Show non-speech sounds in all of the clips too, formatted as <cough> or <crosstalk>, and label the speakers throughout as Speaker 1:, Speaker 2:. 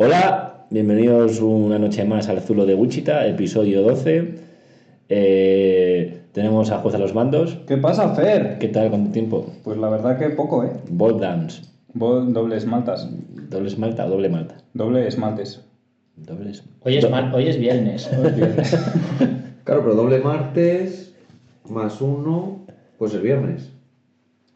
Speaker 1: Hola, bienvenidos una noche más al Zulo de Wichita, episodio 12. Eh, tenemos a Juez a los mandos.
Speaker 2: ¿Qué pasa, Fer?
Speaker 1: ¿Qué tal? ¿Cuánto tiempo?
Speaker 2: Pues la verdad que poco, ¿eh?
Speaker 1: Ball dance.
Speaker 2: Vos dobles maltas,
Speaker 1: ¿Doble esmalta o doble malta?
Speaker 2: doble esmaltes.
Speaker 1: Doble es-
Speaker 3: Hoy es,
Speaker 1: Do-
Speaker 3: mal, hoy es viernes.
Speaker 4: Claro, pero doble martes más uno, pues el viernes.
Speaker 3: <laughs>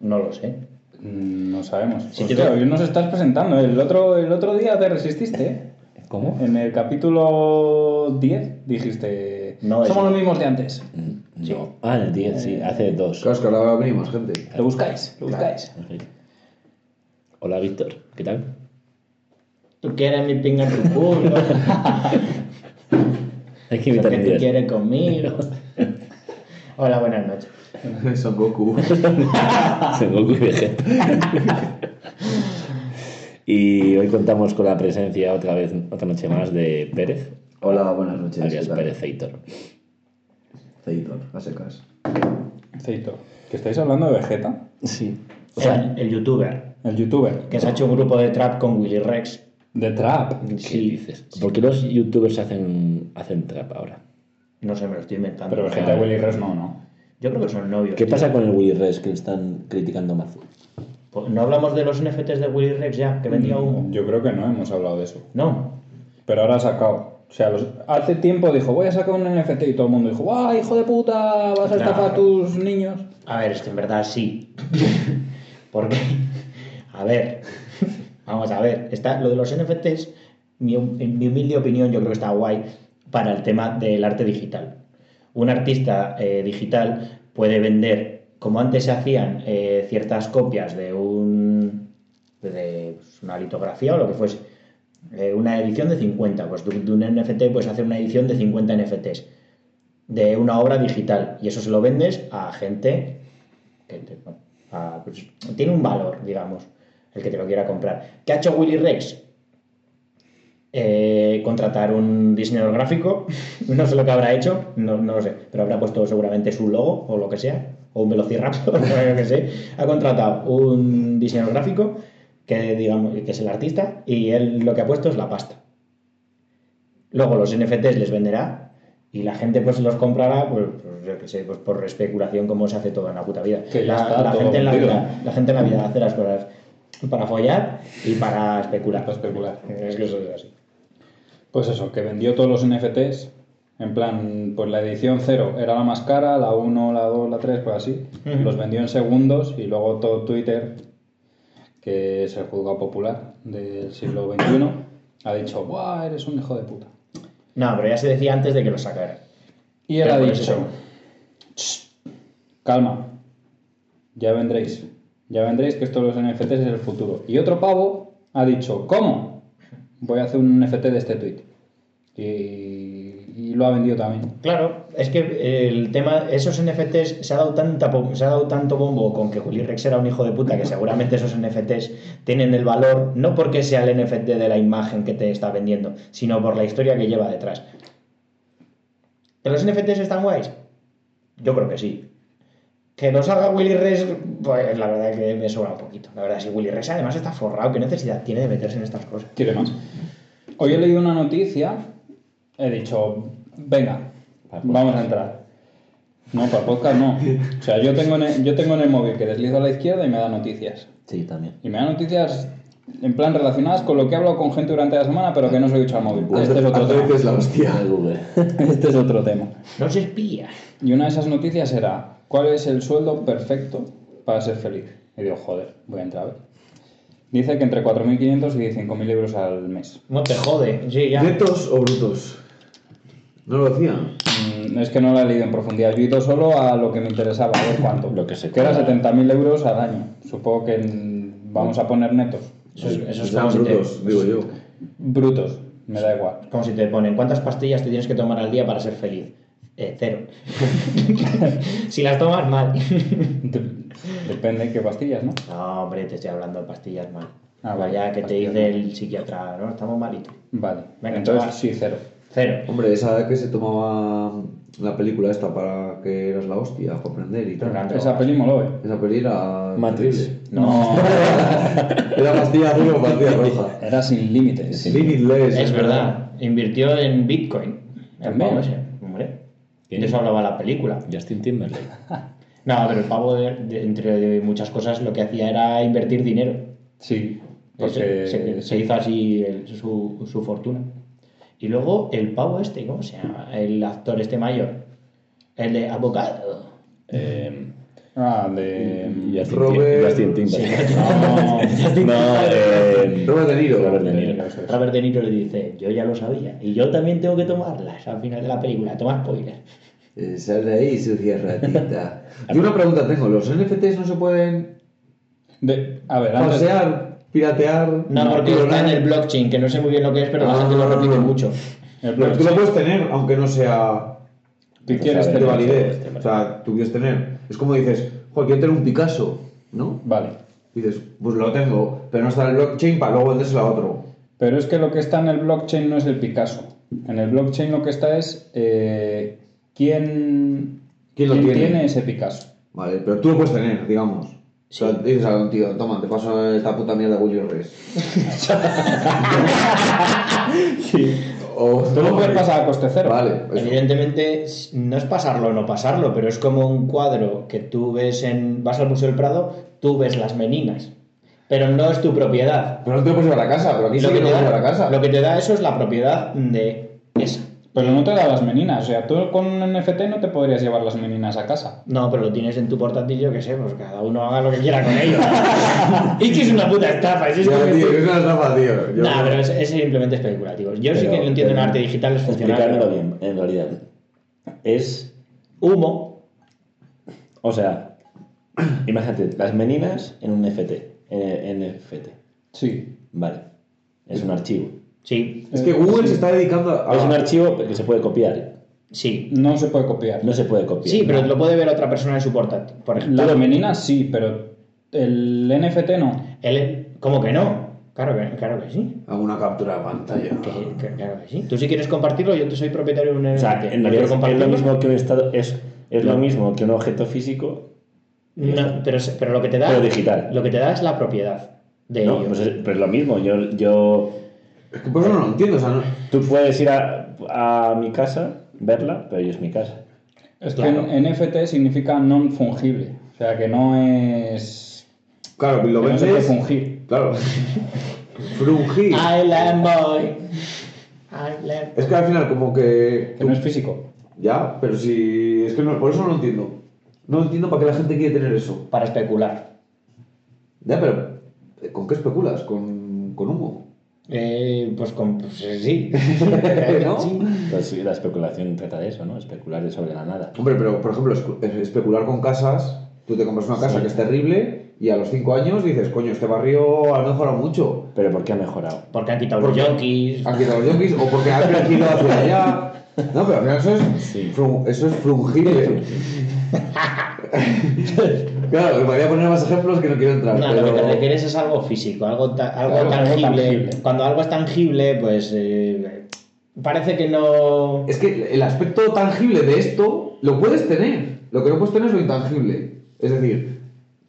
Speaker 3: No lo sé.
Speaker 2: Mm, No sabemos.
Speaker 3: Sí,
Speaker 2: Hostia,
Speaker 3: tío.
Speaker 2: hoy nos estás presentando. El otro, el otro día te resististe. ¿eh?
Speaker 1: ¿Cómo?
Speaker 2: En el capítulo 10 dijiste...
Speaker 3: No, es-
Speaker 2: Somos los mismos de antes.
Speaker 1: No. Ah, en el 10, sí, hace dos.
Speaker 4: Claro, es que ahora venimos, gente. <laughs>
Speaker 2: Lo buscáis, lo buscáis.
Speaker 1: Ok. Hola, Víctor. ¿Qué tal?
Speaker 3: Tú quieres mi pinga en tu culo.
Speaker 1: Es que <laughs> Víctor
Speaker 3: ¿Por qué tú
Speaker 1: Díaz.
Speaker 3: quieres conmigo? Hola, buenas noches.
Speaker 4: Son Goku.
Speaker 1: Son Goku y Vegeta. y hoy contamos con la presencia otra vez, otra noche más de Pérez,
Speaker 4: Hola, buenas noches.
Speaker 1: alias
Speaker 4: ¿qué tal?
Speaker 1: Pérez Heitor.
Speaker 4: Ceitón, a secas.
Speaker 2: Ceito, que estáis hablando de Vegeta,
Speaker 1: Sí. O
Speaker 3: O
Speaker 1: sea,
Speaker 3: sea, el youtuber
Speaker 2: el youtuber.
Speaker 3: que se ha hecho un grupo de trap con Willy Rex.
Speaker 2: De Trap.
Speaker 1: ¿qué dices? ¿Por qué los youtubers hacen, hacen trap ahora?
Speaker 3: No sé, me lo estoy inventando.
Speaker 2: Pero Vegeta y Willy Rex no, ¿no?
Speaker 3: Yo creo que son novios.
Speaker 1: ¿Qué
Speaker 3: tío.
Speaker 1: pasa con el Willy Res que le están criticando más?
Speaker 3: Pues, ¿No hablamos de los NFTs de Willy Rex ya? Que vendía un...
Speaker 2: Yo creo que no hemos hablado de eso.
Speaker 3: No.
Speaker 2: Pero ahora ha sacado. O sea, los- hace tiempo dijo, voy a sacar un NFT y todo el mundo dijo, ¡guau, hijo de puta! Vas a
Speaker 3: Claro.
Speaker 2: estafar a tus niños.
Speaker 3: A ver, es que en verdad sí. <laughs> Porque, a ver, vamos a ver, está, lo de los NFTs, mi, en mi humilde opinión, yo creo que está guay para el tema del arte digital. Un artista eh, digital puede vender, como antes se hacían eh, ciertas copias de un de pues, una litografía o lo que fuese, eh, una edición de 50, pues de, de un NFT puedes hacer una edición de 50 NFTs de una obra digital y eso se lo vendes a gente que te- a- pues, tiene un valor, digamos, el que te lo quiera comprar. ¿Qué ha hecho Willy Rex? Eh, contratar un diseñador gráfico, <laughs> no sé lo que habrá hecho, no, no lo sé, pero habrá puesto seguramente su logo o lo que sea, o un velociraptor, <laughs> o lo que sé. Ha contratado un diseñador gráfico que, digamos, que es el artista y él lo que ha puesto es la pasta. Luego los NFTs les venderá y la gente pues los comprará, pues, pues, yo qué sé, pues por especulación como se hace todo en la puta vida.
Speaker 2: Que ya
Speaker 3: la,
Speaker 2: está
Speaker 3: la
Speaker 2: todo
Speaker 3: gente en la
Speaker 2: vendido.
Speaker 3: vida, la gente en la vida hace las cosas para follar y para especular.
Speaker 2: Para especular.
Speaker 3: Es que eso es así.
Speaker 2: Pues eso, que vendió todos los NFTs. En plan, pues la edición 0 era la más cara, la 1, la 2, la 3, pues así.
Speaker 3: Ujú.
Speaker 2: Los vendió en segundos y luego todo Twitter, que es el juzgado popular del siglo XXI, ha dicho, ¡buah, eres un hijo de puta!
Speaker 3: No, pero ya se decía antes de que lo sacara.
Speaker 2: Y él
Speaker 3: Pero
Speaker 2: ha
Speaker 3: por
Speaker 2: dicho,
Speaker 3: eso-
Speaker 2: "Shh, calma, ya vendréis, ya vendréis que esto de los NFTs es el futuro. Y otro pavo ha dicho, ¿cómo? Voy a hacer un NFT de este tweet. Y, y lo ha vendido también.
Speaker 3: Claro, es que el tema, esos NFTs se ha dado tanta pom- se ha dado tanto bombo con que Juli Rex era un hijo de puta que seguramente esos NFTs tienen el valor no porque sea el NFT de la imagen que te está vendiendo, sino por la historia que lleva detrás. ¿Que los NFTs están guays? Yo creo que sí. Que nos haga Willy Rex, pues la verdad que me sobra un poquito. La verdad, si Willy Rex además está forrado, ¿qué necesidad tiene de meterse en estas cosas?
Speaker 2: Quiere más. Hoy he leído una noticia, he dicho, venga,
Speaker 1: Para podcast.
Speaker 2: vamos a entrar. No, para podcast no. O sea, yo tengo, en el- yo tengo en el móvil que deslizo a la izquierda y me da noticias.
Speaker 1: Sí, también.
Speaker 2: Y me dan noticias en plan relacionadas con lo que he hablado con gente durante la semana, pero que no se lo he dicho al móvil.
Speaker 3: Ah,
Speaker 2: Este es otro tema.
Speaker 4: Android es la hostia.
Speaker 1: De Google. <laughs>
Speaker 2: Este es otro tema.
Speaker 3: No se espía.
Speaker 2: Y una de esas noticias era, ¿cuál es el sueldo perfecto para ser feliz? Y digo, joder, voy a entrar a ver. Dice que entre 4.500 y 5.000 euros al mes.
Speaker 3: No te jode. Sí, ya.
Speaker 4: ¿Netos o brutos? ¿No lo decían?
Speaker 2: Mm, Es que no la he leído en profundidad. Yo he ido solo a lo que me interesaba, a ver cuánto.
Speaker 1: Lo que se
Speaker 2: era
Speaker 1: cobra.
Speaker 2: 70.000 euros al año. Supongo que mm, vamos a poner netos.
Speaker 3: Eso es, eso es
Speaker 4: Eran
Speaker 3: como si te-
Speaker 4: brutos, digo yo.
Speaker 2: Brutos, me da igual.
Speaker 3: Como si te ponen, ¿cuántas pastillas te tienes que tomar al día para ser feliz? Eh, cero. <laughs> si las tomas mal. <laughs>
Speaker 2: De- depende qué pastillas, ¿no?
Speaker 3: No, hombre, te estoy hablando de pastillas mal.
Speaker 2: Ah, vale,
Speaker 3: Vaya que te
Speaker 2: pastillas
Speaker 3: dice el psiquiatra, no, estamos malitos.
Speaker 2: Vale,
Speaker 3: Venga,
Speaker 2: entonces
Speaker 3: chaval.
Speaker 2: sí, cero.
Speaker 3: Cero.
Speaker 4: Hombre, esa que se tomaba la película esta para que eras la hostia, para aprender y
Speaker 3: Pero eran
Speaker 4: tal.
Speaker 2: Esa
Speaker 3: drogas.
Speaker 2: peli moló, eh.
Speaker 4: Esa peli era
Speaker 1: Matrix.
Speaker 4: terrible.
Speaker 2: No,
Speaker 4: Era pastilla azul o pastilla
Speaker 3: <laughs>
Speaker 4: roja.
Speaker 2: era sin límites.
Speaker 4: Limitless.
Speaker 3: Es verdad, invirtió en Bitcoin. El
Speaker 2: También.
Speaker 3: pavo ese, hombre.
Speaker 1: Bien.
Speaker 3: De eso hablaba la película.
Speaker 1: Justin Timberlake.
Speaker 3: No, pero el pavo, de- de- entre muchas cosas, lo que hacía era invertir dinero.
Speaker 2: Sí,
Speaker 3: Ese-
Speaker 2: porque
Speaker 3: Pues se, se hizo así el- su, su fortuna. Y luego el pavo este, ¿cómo se llama? El actor este mayor. El de abogado.
Speaker 1: Eh,
Speaker 2: Ah, de...
Speaker 1: Justin,
Speaker 4: Robert-
Speaker 1: Justin Timberlake. <laughs>
Speaker 3: <laughs>
Speaker 1: No, eh,
Speaker 4: Robert De Niro.
Speaker 1: Robert De Niro.
Speaker 3: Robert De Niro le dice, yo ya lo sabía. Y yo también tengo que tomarlas al final de la película. Toma spoiler.
Speaker 4: Eh, Sal de ahí, sucia
Speaker 2: <laughs>
Speaker 4: ratita. Yo una pregunta tengo. ¿Los NFTs no se pueden
Speaker 2: de- A ver, antes...
Speaker 4: pasear, piratear?
Speaker 3: No, porque está en el blockchain, que no sé muy bien lo que es, pero la
Speaker 4: Ah.
Speaker 3: gente lo repite mucho.
Speaker 2: el
Speaker 4: Pero tú lo
Speaker 2: blockchain.
Speaker 4: puedes tener, aunque no sea
Speaker 2: ¿Qué quieres
Speaker 4: de
Speaker 2: tener? este
Speaker 4: validez. O sea, tú quieres tener. Es como dices, joder, quiero tener un Picasso, ¿no?
Speaker 2: Vale.
Speaker 4: Dices, pues lo tengo, pero no está en el blockchain para luego vendérselo a otro.
Speaker 2: Pero es que lo que está en el blockchain no es el Picasso. En el blockchain lo que está es eh, quién,
Speaker 4: ¿Quién lo tiene?
Speaker 2: ese Picasso.
Speaker 4: Vale, pero tú lo puedes tener, digamos. O sea, dices a un tío, toma, te paso esta puta mierda de
Speaker 2: <laughs>
Speaker 4: William Reyes. O,
Speaker 2: Tú lo puedes pasar a coste cero.
Speaker 4: Vale, eso.
Speaker 3: Pues Evidentemente, s- no es pasarlo o no pasarlo, pero es como un cuadro que tú ves en. Vas al Museo del Prado, tú ves las meninas, pero no es tu propiedad.
Speaker 4: Pero no te lo puedes llevar a casa, pero aquí sí que lo puedes llevar a casa.
Speaker 3: lo que te da eso es la propiedad de esa.
Speaker 2: Pero no te da las meninas. O sea, tú con un NFT no te podrías llevar las meninas a casa.
Speaker 3: No, pero lo tienes en tu portátil, yo qué sé, pues cada uno haga lo que quiera con
Speaker 4: <laughs>
Speaker 3: ello. y que es una puta estafa, es
Speaker 4: Ya,
Speaker 3: como que
Speaker 4: tío,
Speaker 3: tú-
Speaker 4: es una estafa, tío. Yo-
Speaker 3: Nah, pero es, es simplemente especulativo. Yo sí
Speaker 1: Pero-
Speaker 3: que lo entiendo en
Speaker 1: pero-
Speaker 3: arte digital, es funcional.
Speaker 1: Explicármelo
Speaker 3: pero-
Speaker 1: bien, en realidad. Es,
Speaker 3: Humo,
Speaker 1: o sea, imagínate, las meninas en un FT, en NFT.
Speaker 2: Sí.
Speaker 1: Vale. Es un archivo.
Speaker 3: sí,
Speaker 4: Es que Google se está dedicando a.
Speaker 1: Es un archivo que se puede copiar.
Speaker 3: sí.
Speaker 2: No se puede copiar.
Speaker 1: No se puede copiar.
Speaker 3: Sí, pero lo puede ver otra persona en su portátil, por ejemplo.
Speaker 2: Las meninas sí, pero el NFT no.
Speaker 3: Él, ¿Cómo que no? Claro que, claro que sí.
Speaker 4: Hago una captura de pantalla.
Speaker 3: Que- que- claro que sí. Tú si quieres compartirlo, yo te soy propietario de un
Speaker 1: O
Speaker 3: NFT.
Speaker 1: sea, en
Speaker 3: ¿No
Speaker 1: realidad
Speaker 3: quiero
Speaker 1: es
Speaker 3: compartirlo?
Speaker 1: lo mismo que un estado. Es, es lo mismo que un objeto físico.
Speaker 3: No, pero, se- pero lo que te da.
Speaker 1: Pero digital.
Speaker 3: Lo que te da es la propiedad de
Speaker 1: No,
Speaker 3: ello.
Speaker 1: pues es, pero es lo mismo. Yo, yo,
Speaker 4: Es que por eso no lo entiendo, o sea, no.
Speaker 1: tú puedes ir a, a mi casa, verla, pero yo es mi casa.
Speaker 2: Es
Speaker 3: Claro.
Speaker 2: que NFT significa non fungible. O sea, que no es.
Speaker 4: Claro, y lo
Speaker 2: que no
Speaker 4: vendes.
Speaker 2: se puede fungir.
Speaker 3: <laughs>
Speaker 4: Claro. Frungir.
Speaker 3: Ah, eh. Island Boy. Island-
Speaker 4: Es que al final, como que.
Speaker 2: Que no es físico.
Speaker 4: Ya, pero si. Es que no, por eso no lo entiendo. No entiendo para qué la gente quiere tener eso.
Speaker 3: Para especular.
Speaker 4: Ya, pero. eh, ¿Con qué especulas? ¿Con, con humo? <laughs>
Speaker 3: Eh, pues con. Pues, eh, sí.
Speaker 4: ¿No?
Speaker 3: <laughs> Sí.
Speaker 1: Pero sí, la especulación trata de eso, ¿no? Especular de sobre la nada.
Speaker 4: Hombre, pero por ejemplo, escu- eh, especular con casas. Tú te compras una casa que es terrible y a los 5 años dices, coño, este barrio ha mejorado mucho.
Speaker 1: Pero ¿por qué ha mejorado?
Speaker 3: Porque han quitado los
Speaker 4: Porque-
Speaker 3: jockeys.
Speaker 1: Ah,
Speaker 4: han quitado los yonkis o porque han crecido hacia allá. No, pero al final eso es,
Speaker 1: Sí.
Speaker 4: fru- eso es
Speaker 3: <laughs>
Speaker 4: frungible. claro, me voy a poner más ejemplos que no quiero entrar.
Speaker 3: No, lo
Speaker 4: pero-
Speaker 3: que te refieres es algo físico, algo, ta- algo
Speaker 4: Claro,
Speaker 2: algo
Speaker 3: tangible.
Speaker 2: tangible.
Speaker 3: Cuando algo es tangible, pues eh, parece que no...
Speaker 4: Es que el aspecto tangible de esto lo puedes tener. Lo que no puedes tener es lo intangible. Es decir,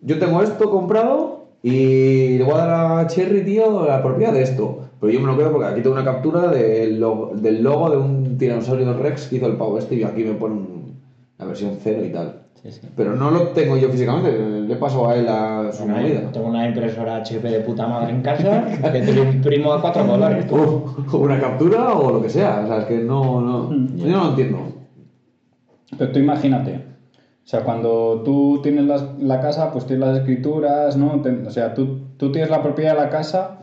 Speaker 4: yo tengo esto comprado y le voy a dar a Cherry, tío, la propiedad de esto. Pero yo me lo quedo porque aquí tengo una captura del logo, del logo de un tiranosaurio Rex que hizo el pavo este y aquí me pone un- la versión cero y tal.
Speaker 1: Sí, sí.
Speaker 4: Pero no lo tengo yo físicamente, le paso a él a su
Speaker 3: Bueno,
Speaker 4: movida. <laughs>
Speaker 3: tengo Pues una impresora HP de puta madre en casa que te lo imprimo a cuatro colores. tú.
Speaker 4: O una captura o lo que sea, o sea, es que no, no, yo no lo entiendo.
Speaker 2: Pero tú imagínate, o sea, cuando tú tienes las- la, casa, pues tienes las escrituras, ¿no? Ten- o sea, tú, tú tienes la propiedad de la casa,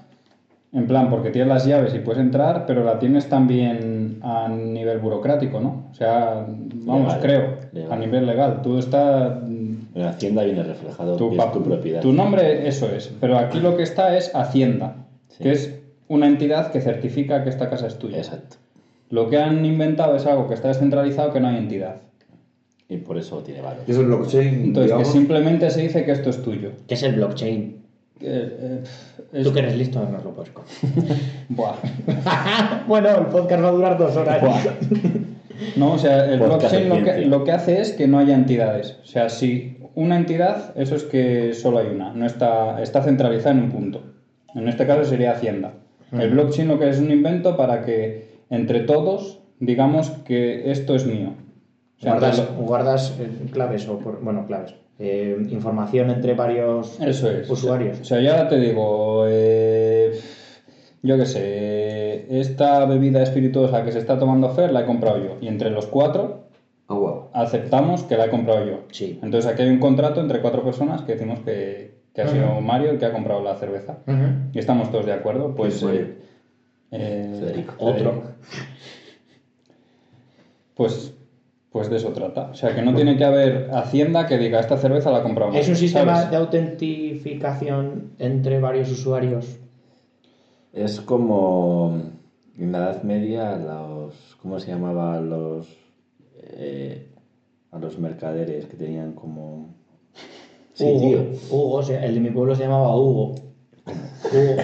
Speaker 2: en plan, porque tienes las llaves y puedes entrar, pero la tienes también a nivel burocrático, ¿no? O sea, vamos,
Speaker 1: Legal,
Speaker 2: creo,
Speaker 1: legal.
Speaker 2: a nivel legal. Tú estás...
Speaker 1: En la Hacienda viene reflejado
Speaker 2: Tu,
Speaker 1: que
Speaker 2: pa-
Speaker 1: es tu propiedad.
Speaker 2: tu nombre, eso es. Pero aquí lo que está es Hacienda,
Speaker 1: Sí.
Speaker 2: que es una entidad que certifica que esta casa es tuya.
Speaker 1: Exacto.
Speaker 2: Lo que han inventado es algo que está descentralizado, que no hay entidad.
Speaker 1: Y por eso tiene valor.
Speaker 4: Eso es blockchain,
Speaker 2: Entonces, que
Speaker 4: digamos.
Speaker 2: simplemente se dice que esto es tuyo.
Speaker 3: ¿Qué es el blockchain?
Speaker 2: Eh, eh, es-
Speaker 3: Tú que eres listo, no lo <laughs> puedes contar.
Speaker 2: Buah.
Speaker 3: Ah, bueno, el podcast va a durar dos horas.
Speaker 2: No, o sea,
Speaker 1: Podcast
Speaker 2: el
Speaker 3: Pues
Speaker 2: blockchain lo que,
Speaker 1: eficiente.
Speaker 2: lo que hace es que no haya entidades. O sea, si una entidad, eso es que solo hay una, no está, está centralizada en un punto. En este caso sería Hacienda. El blockchain lo que es un invento para que entre todos digamos que esto es mío. O sea,
Speaker 3: guardas
Speaker 2: entre lo-
Speaker 3: guardas, eh, claves o, por- bueno, claves. eh, información entre varios
Speaker 2: Eso es.
Speaker 3: usuarios.
Speaker 2: O sea, yo ahora te digo, eh, yo qué sé, esta bebida espirituosa que se está tomando Fer la he comprado yo. Y entre los cuatro
Speaker 4: Agua.
Speaker 2: aceptamos que la he comprado yo.
Speaker 3: Sí.
Speaker 2: Entonces aquí hay un contrato entre cuatro personas que decimos que, que ha sido Mario el que ha comprado la cerveza.
Speaker 3: Ujú.
Speaker 2: Y estamos todos de acuerdo, pues...
Speaker 4: Sí, Mario.
Speaker 2: eh, eh,
Speaker 1: Federico.
Speaker 3: Otro.
Speaker 2: Pues, pues de eso trata. O sea, que no tiene que haber Hacienda que diga, esta cerveza la ha comprado
Speaker 3: Es
Speaker 2: Mario",
Speaker 3: un sistema
Speaker 2: ¿sabes?
Speaker 3: de autentificación entre varios usuarios.
Speaker 1: Es como en la Edad Media los ¿cómo se llamaba a los eh, a los mercaderes que tenían como Sí,
Speaker 2: Uh.
Speaker 3: Hugo,
Speaker 1: tío.
Speaker 3: Hugo, se- el de mi pueblo se llamaba <laughs> Hugo. Hugo.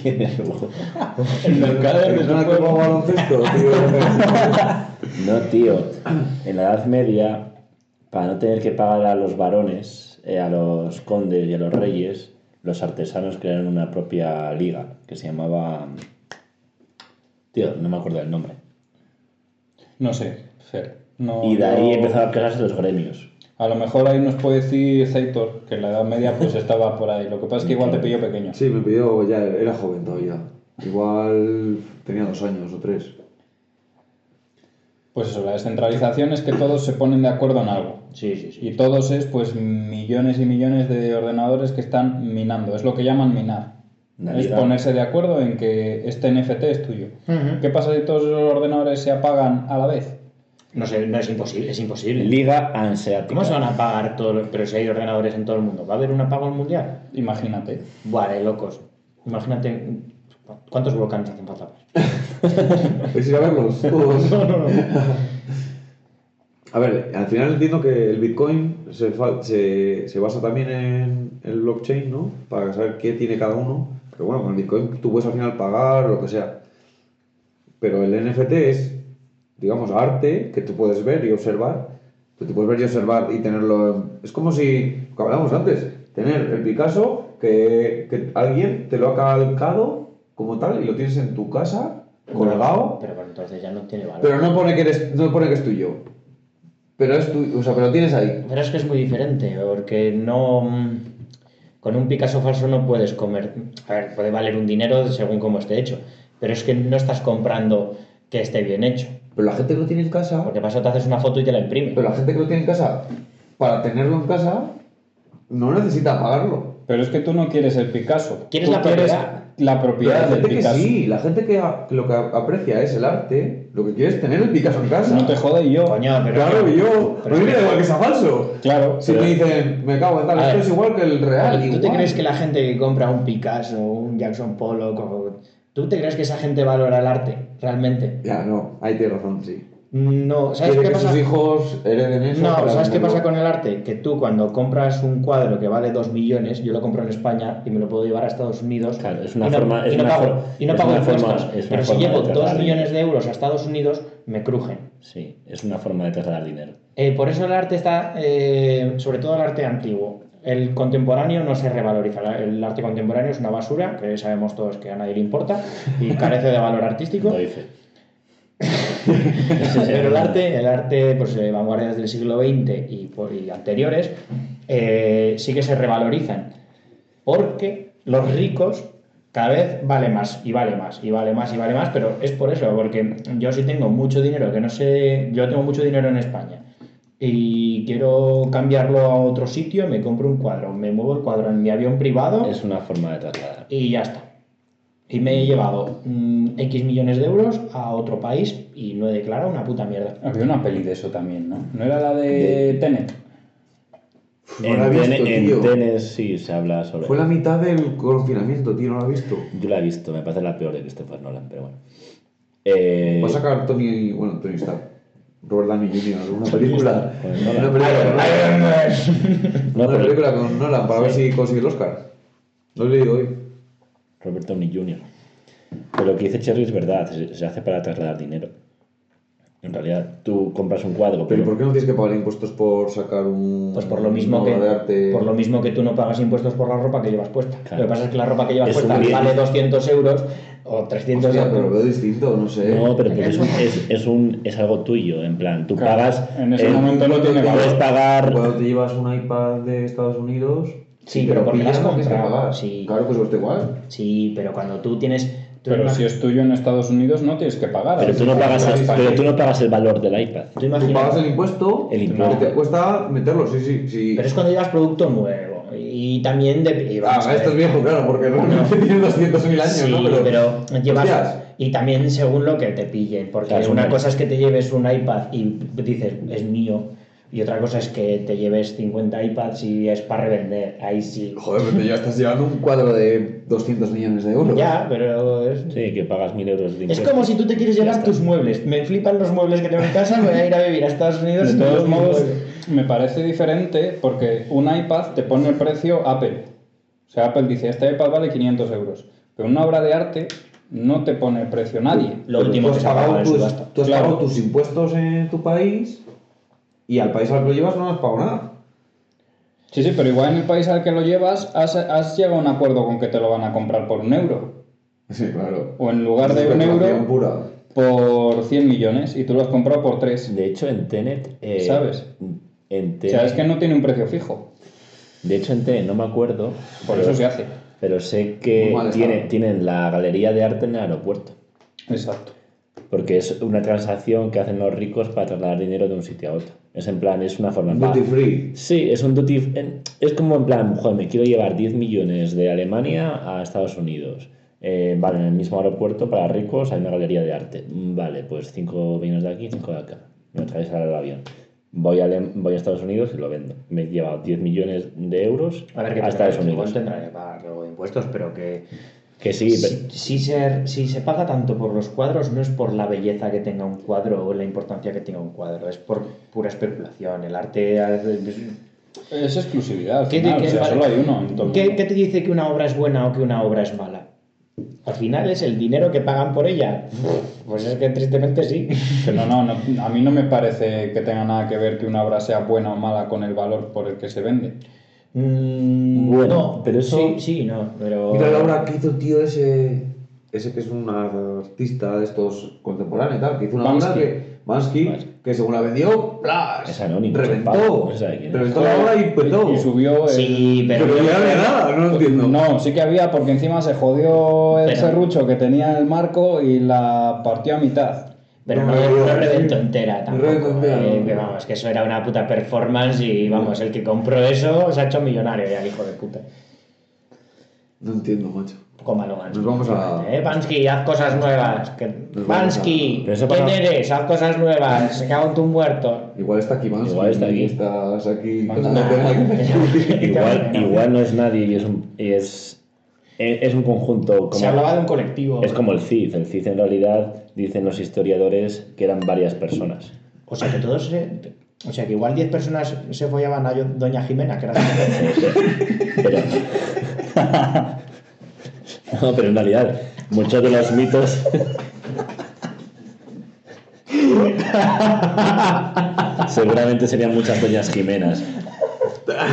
Speaker 1: ¿Quién era Hugo?
Speaker 2: El mercader de
Speaker 4: ¿Es
Speaker 2: tu
Speaker 4: una
Speaker 2: pueblo.
Speaker 4: copa baloncesto, tío?
Speaker 1: No, tío. En la Edad Media, para no tener que pagar a los varones, eh, a los condes y a los reyes, los artesanos crearon una propia liga que se llamaba. Tío, no me acuerdo del nombre.
Speaker 2: No sé, Fer. No,
Speaker 1: Y de ahí
Speaker 2: no-
Speaker 1: empezaron a crearse los gremios.
Speaker 2: A lo mejor ahí nos puede decir Zeitor, que en la Edad Media pues estaba por ahí. Lo que pasa es que igual te pilló pequeño.
Speaker 4: Sí, me pidió, ya era joven todavía. Igual tenía dos años o tres.
Speaker 2: Pues eso, la descentralización es que todos se ponen de acuerdo en algo.
Speaker 3: Sí, sí, sí.
Speaker 2: Y todos es pues millones y millones de ordenadores que están minando. Es lo que llaman minar.
Speaker 1: Una
Speaker 2: es
Speaker 1: liga.
Speaker 2: ponerse de acuerdo en que este NFT es tuyo.
Speaker 3: Ujú.
Speaker 2: ¿Qué pasa si todos esos ordenadores se apagan a la vez?
Speaker 3: No sé, no es imposible, es imposible.
Speaker 1: Liga Anseática.
Speaker 3: ¿Cómo se van a pagar todos los- pero si hay ordenadores en todo el mundo? ¿Va a haber un apago mundial?
Speaker 2: Imagínate.
Speaker 3: Vale, locos. Imagínate cuántos volcanes hacen falta.
Speaker 4: ¿Quieres ir a verlos? Todos. A ver, al final entiendo que el Bitcoin se, fa- se- se basa también en el blockchain, ¿no? Para saber qué tiene cada uno. Pero bueno, con el Bitcoin tú puedes al final pagar lo que sea. Pero el NFT es, digamos, arte que tú puedes ver y observar. Pero tú puedes ver y observar y tenerlo. en- Es como si, lo que hablábamos antes, tener el Picasso que, que alguien te lo ha calcado como tal y lo tienes en tu casa, <laughs> colgado.
Speaker 3: Pero bueno, entonces ya no tiene valor.
Speaker 4: Pero no pone que eres, no pone que es tuyo. Pero es tuyo, o sea, pero lo tienes ahí.
Speaker 3: Pero es que es muy diferente, porque no. mm, Con un Picasso falso no puedes comer. A ver, puede valer un dinero según cómo esté hecho, pero es que no estás comprando que esté bien hecho.
Speaker 4: Pero la gente que lo tiene en casa,
Speaker 3: Porque pasa, te haces una foto y te la imprime.
Speaker 4: pero la gente que lo tiene en casa, para tenerlo en casa, no necesita pagarlo.
Speaker 2: Pero es que tú no quieres el Picasso.
Speaker 3: Quieres
Speaker 2: Tú
Speaker 3: la propiedad.
Speaker 2: la
Speaker 4: Pero
Speaker 2: propiedad
Speaker 4: la
Speaker 2: del
Speaker 4: gente que
Speaker 2: Picasso.
Speaker 4: sí, la gente que a- que lo que aprecia es el arte, lo que quiere es tener el Picasso en casa.
Speaker 2: No te jode yo.
Speaker 3: Coño, pero.
Speaker 4: Claro, y yo,
Speaker 3: pero-
Speaker 4: no me da igual que sea falso.
Speaker 2: Claro.
Speaker 4: Si
Speaker 2: pero-
Speaker 4: me dicen, me cago en tal,
Speaker 3: A
Speaker 4: esto
Speaker 3: ver.
Speaker 4: es igual que el real.
Speaker 3: ¿Tú te
Speaker 4: igual.
Speaker 3: crees que la gente que compra un Picasso, un Jackson Pollock, o- ¿tú te crees que esa gente valora el arte realmente?
Speaker 4: Ya, no, ahí tienes razón, sí.
Speaker 3: No, ¿sabes qué
Speaker 4: Quiere que
Speaker 3: pasa?
Speaker 4: sus hijos hereden eso.
Speaker 3: No,
Speaker 4: para
Speaker 3: ¿sabes qué
Speaker 4: venderlo.
Speaker 3: pasa con el arte? Que tú cuando compras un cuadro que vale 2 millones, yo lo compro en España y me lo puedo llevar a Estados Unidos
Speaker 1: Claro, es una
Speaker 3: y no,
Speaker 1: forma- es
Speaker 3: y no
Speaker 1: una
Speaker 3: pago,
Speaker 1: for-
Speaker 3: y no
Speaker 1: es
Speaker 3: pago
Speaker 1: una forma-
Speaker 3: impuestos.
Speaker 1: es una
Speaker 3: pero si
Speaker 1: forma de
Speaker 3: llevo 2
Speaker 1: tratar.
Speaker 3: millones de euros a Estados Unidos, me crujen.
Speaker 1: Sí, es una forma de trasladar dinero.
Speaker 3: Eh, por eso el arte está, eh, sobre todo el arte antiguo. El contemporáneo no se revaloriza. La- El arte contemporáneo es una basura, que sabemos todos que a nadie le importa y carece de
Speaker 1: <laughs>
Speaker 3: valor artístico.
Speaker 1: Lo
Speaker 4: <laughs>
Speaker 1: hice.
Speaker 3: Pero el arte, el arte pues, eh, vanguardias del siglo XX y, por- y anteriores eh, sí que se revalorizan. Porque los ricos cada vez vale más y vale más y vale más y vale más, pero es por eso, porque yo sí tengo mucho dinero, que no sé, yo tengo mucho dinero en España y quiero cambiarlo a otro sitio, me compro un cuadro, me muevo el cuadro en mi avión privado
Speaker 1: Es una forma de trasladar.
Speaker 3: y ya está. Y me he llevado mm, X millones de euros a otro país y no he declarado una puta mierda.
Speaker 2: Había una peli de eso también, ¿no? ¿No era la de Tenet?
Speaker 4: No la he
Speaker 1: en,
Speaker 4: visto,
Speaker 1: Tene- en
Speaker 4: tío.
Speaker 1: Tennessee se habla sobre.
Speaker 4: Fue la mitad del confinamiento, tío, no lo he visto.
Speaker 1: Yo la he visto, me parece la peor de Christopher Nolan, pero bueno. Eh,
Speaker 4: Va a sacar Tony, bueno, Tony Stark, Robert Downey Jr., una película.
Speaker 1: Stark, pues,
Speaker 4: Una
Speaker 1: Nolan.
Speaker 4: película,
Speaker 1: no,
Speaker 4: una
Speaker 1: pero-
Speaker 4: película con Nolan para ver si consigue el Oscar. No lo he leído hoy.
Speaker 1: Robert Downey Jr. Pero lo que dice Cherry es verdad, se, se hace para trasladar dinero. En realidad, tú compras un cuadro,
Speaker 4: Pero
Speaker 1: pero,
Speaker 4: ¿por qué no tienes que pagar impuestos por sacar un.
Speaker 3: Pues por lo mismo
Speaker 4: una
Speaker 3: que
Speaker 4: obra de arte?
Speaker 3: por lo mismo que tú no pagas impuestos por la ropa que llevas puesta.
Speaker 1: Claro.
Speaker 3: Lo que pasa es que la ropa que llevas
Speaker 1: Es
Speaker 3: puesta
Speaker 1: un bien.
Speaker 3: vale 200 euros o 300
Speaker 4: Hostia, pero lo
Speaker 3: euros.
Speaker 4: veo distinto, no sé.
Speaker 1: no, pero porque es, un- es, es un, es algo tuyo, en plan, tú
Speaker 2: Claro,
Speaker 1: pagas...
Speaker 2: en ese
Speaker 1: eh,
Speaker 2: momento no tiene
Speaker 1: Puedes
Speaker 2: valor.
Speaker 1: pagar...
Speaker 4: Cuando te llevas un iPad de Estados Unidos.
Speaker 3: Sí,
Speaker 4: y te
Speaker 3: pero
Speaker 4: lo
Speaker 3: porque
Speaker 4: pillan,
Speaker 3: lo has
Speaker 4: no tienes que
Speaker 3: comprado,
Speaker 4: pagar.
Speaker 3: sí.
Speaker 4: Claro, pues está igual.
Speaker 3: Sí, pero cuando tú tienes. tú
Speaker 2: Pero
Speaker 3: ima-
Speaker 2: si es tuyo en Estados Unidos no tienes que pagar.
Speaker 1: Pero tú, no pagas el, pero tú no pagas el valor del iPad.
Speaker 3: tú
Speaker 4: Tú
Speaker 3: imaginas-
Speaker 4: pagas el impuesto.
Speaker 1: El
Speaker 4: lo que
Speaker 1: impuesto.
Speaker 4: te cuesta meterlo, sí, sí. sí.
Speaker 3: Pero es cuando llevas producto nuevo. Y también de. y
Speaker 4: Ah,
Speaker 3: vamos a
Speaker 4: esto es
Speaker 3: ver.
Speaker 4: viejo, claro, porque realmente tiene 200.000 años,
Speaker 3: Sí,
Speaker 4: ¿no?
Speaker 3: pero, llevas.
Speaker 4: Hostias,
Speaker 3: Y también según lo que te pillen. Porque
Speaker 1: Claro, es
Speaker 3: una
Speaker 1: un-
Speaker 3: cosa es que te lleves un iPad y dices, es mío. Y otra cosa es que te lleves 50 iPads y es para revender. Ahí sí.
Speaker 4: Joder, pero ya estás llevando un cuadro de 200 millones de euros.
Speaker 3: Ya, pero pues, es,
Speaker 1: Sí, que pagas mil euros de
Speaker 3: es
Speaker 1: impuestos.
Speaker 3: como si tú te quieres
Speaker 1: Ya
Speaker 3: llevar
Speaker 1: está.
Speaker 3: tus muebles. Me flipan los muebles que tengo en casa, me voy a ir a vivir a Estados Unidos.
Speaker 2: De
Speaker 3: y
Speaker 2: todos
Speaker 3: mis
Speaker 2: modos,
Speaker 3: muebles.
Speaker 2: me parece diferente porque un iPad te pone el precio Apple. O sea, Apple dice, este iPad vale 500 euros. Pero una obra de arte no te pone el precio nadie.
Speaker 3: Lo
Speaker 4: Pero
Speaker 3: último
Speaker 4: tú
Speaker 3: que
Speaker 4: has
Speaker 3: se ha pagado
Speaker 4: pagado,
Speaker 3: en
Speaker 4: tus,
Speaker 3: subasta.
Speaker 4: tú has
Speaker 2: Claro.
Speaker 4: pagado tus impuestos en tu país y al país al que lo llevas no has pagado nada.
Speaker 2: Sí, sí, pero igual en el país al que lo llevas has, has llegado a un acuerdo con que te lo van a comprar por un euro.
Speaker 4: Sí, claro.
Speaker 2: O en lugar de un euro,
Speaker 4: pura.
Speaker 2: por 100 millones y tú lo has comprado por 3.
Speaker 1: De hecho, en Tenet... eh,
Speaker 2: ¿Sabes?
Speaker 1: En
Speaker 2: O
Speaker 1: Tenet-
Speaker 2: sea, es que no tiene un precio fijo.
Speaker 1: De hecho, en Tenet no me acuerdo.
Speaker 2: Por
Speaker 1: pero-
Speaker 2: eso se hace.
Speaker 1: Pero sé
Speaker 4: Muy
Speaker 1: que
Speaker 4: mal estado.
Speaker 1: tiene, tienen la galería de arte en el aeropuerto.
Speaker 2: Exacto.
Speaker 1: Porque es una transacción que hacen los ricos para trasladar dinero de un sitio a otro. Es en plan, es una forma en plan-
Speaker 4: Duty free.
Speaker 1: Sí, es un duty. en- Es como en plan, joder, me quiero llevar 10 millones de Alemania a Estados Unidos. Eh, vale, en el mismo aeropuerto para ricos hay una galería de arte. Mm, Vale, pues 5 millones de aquí, 5 de acá. Me traes al avión. Voy a, Alem- voy a Estados Unidos y lo vendo. Me he llevado 10 millones de euros
Speaker 3: A ver, que
Speaker 1: a Estados
Speaker 3: tendrá-
Speaker 1: Unidos.
Speaker 3: igual tendrá ¿eh? que pagar luego impuestos, pero que...
Speaker 1: Que sí, pero-
Speaker 3: Si, si se, si se paga tanto por los cuadros, no es por la belleza que tenga un cuadro o la importancia que tenga un cuadro, es por pura especulación. El arte...
Speaker 2: Es exclusividad. Al
Speaker 3: ¿Qué,
Speaker 2: final,
Speaker 3: qué-
Speaker 2: o sea,
Speaker 3: vale.
Speaker 2: solo hay uno. en todo el
Speaker 3: ¿Qué-
Speaker 2: mundo.
Speaker 3: qué te dice que una obra es buena o que una obra es mala? Al final es el dinero que pagan por ella. Pues es que tristemente sí.
Speaker 2: Pero no, no, no, a mí no me parece que tenga nada que ver que una obra sea buena o mala con el valor por el que se vende.
Speaker 3: Mm,
Speaker 1: Bueno,
Speaker 3: no,
Speaker 1: pero eso-
Speaker 3: Sí, sí, no, pero... pues,
Speaker 4: Mira la obra que hizo el tío ese. Ese que es un artista de estos contemporáneos y tal, que hizo una obra
Speaker 2: Bansky.
Speaker 4: que. Bansky, que según la vendió, ¡plas!
Speaker 1: Es anónimo, ese pavo,
Speaker 4: Reventó.
Speaker 1: no se sabe quién es.
Speaker 4: Reventó la obra y petó.
Speaker 2: Y
Speaker 4: pues,
Speaker 2: subió el...
Speaker 3: Sí, pero...
Speaker 4: Pero no había nada, no
Speaker 3: pues
Speaker 4: lo entiendo.
Speaker 2: No, sí que había porque encima se jodió el
Speaker 3: Pero-
Speaker 2: serrucho que tenía el marco y la partió a mitad.
Speaker 3: Pero
Speaker 4: No,
Speaker 3: no,
Speaker 4: no,
Speaker 3: no
Speaker 4: no,
Speaker 3: reventó
Speaker 4: no,
Speaker 3: entera
Speaker 4: no
Speaker 3: tampoco.
Speaker 4: reventó entera,
Speaker 3: eh,
Speaker 4: no.
Speaker 3: que vamos, que eso era una puta performance y vamos, el que compró eso se ha hecho millonario ya, el hijo de puta.
Speaker 4: No entiendo, macho.
Speaker 3: Cómalo, Bansky.
Speaker 4: Nos Pues vamos a- Pues
Speaker 3: Eh, Bansky, haz cosas nuevas. Que...
Speaker 4: vamos
Speaker 3: Bansky,
Speaker 1: a- Pero eso
Speaker 3: ¿quién
Speaker 1: pasa-
Speaker 3: eres? Haz cosas nuevas. Se cago en tu muerto.
Speaker 4: Igual está aquí Bansky.
Speaker 1: Igual está aquí.
Speaker 4: Estás aquí.
Speaker 2: Bansky.
Speaker 4: tocando
Speaker 3: <laughs>
Speaker 4: el tema.
Speaker 1: Igual, igual no es nadie y es un, y es, es, es un conjunto.
Speaker 3: Se
Speaker 1: Como,
Speaker 3: hablaba de un colectivo.
Speaker 1: es como el CID. El CID en realidad dicen los historiadores que eran varias personas.
Speaker 3: O sea, que todos... se- O sea, que igual 10 personas se follaban a yo- Doña Jimena, que era...
Speaker 1: <laughs> Pero, <laughs> no, pero en realidad muchos de los mitos... <laughs> Seguramente serían muchas doñas Jimenas.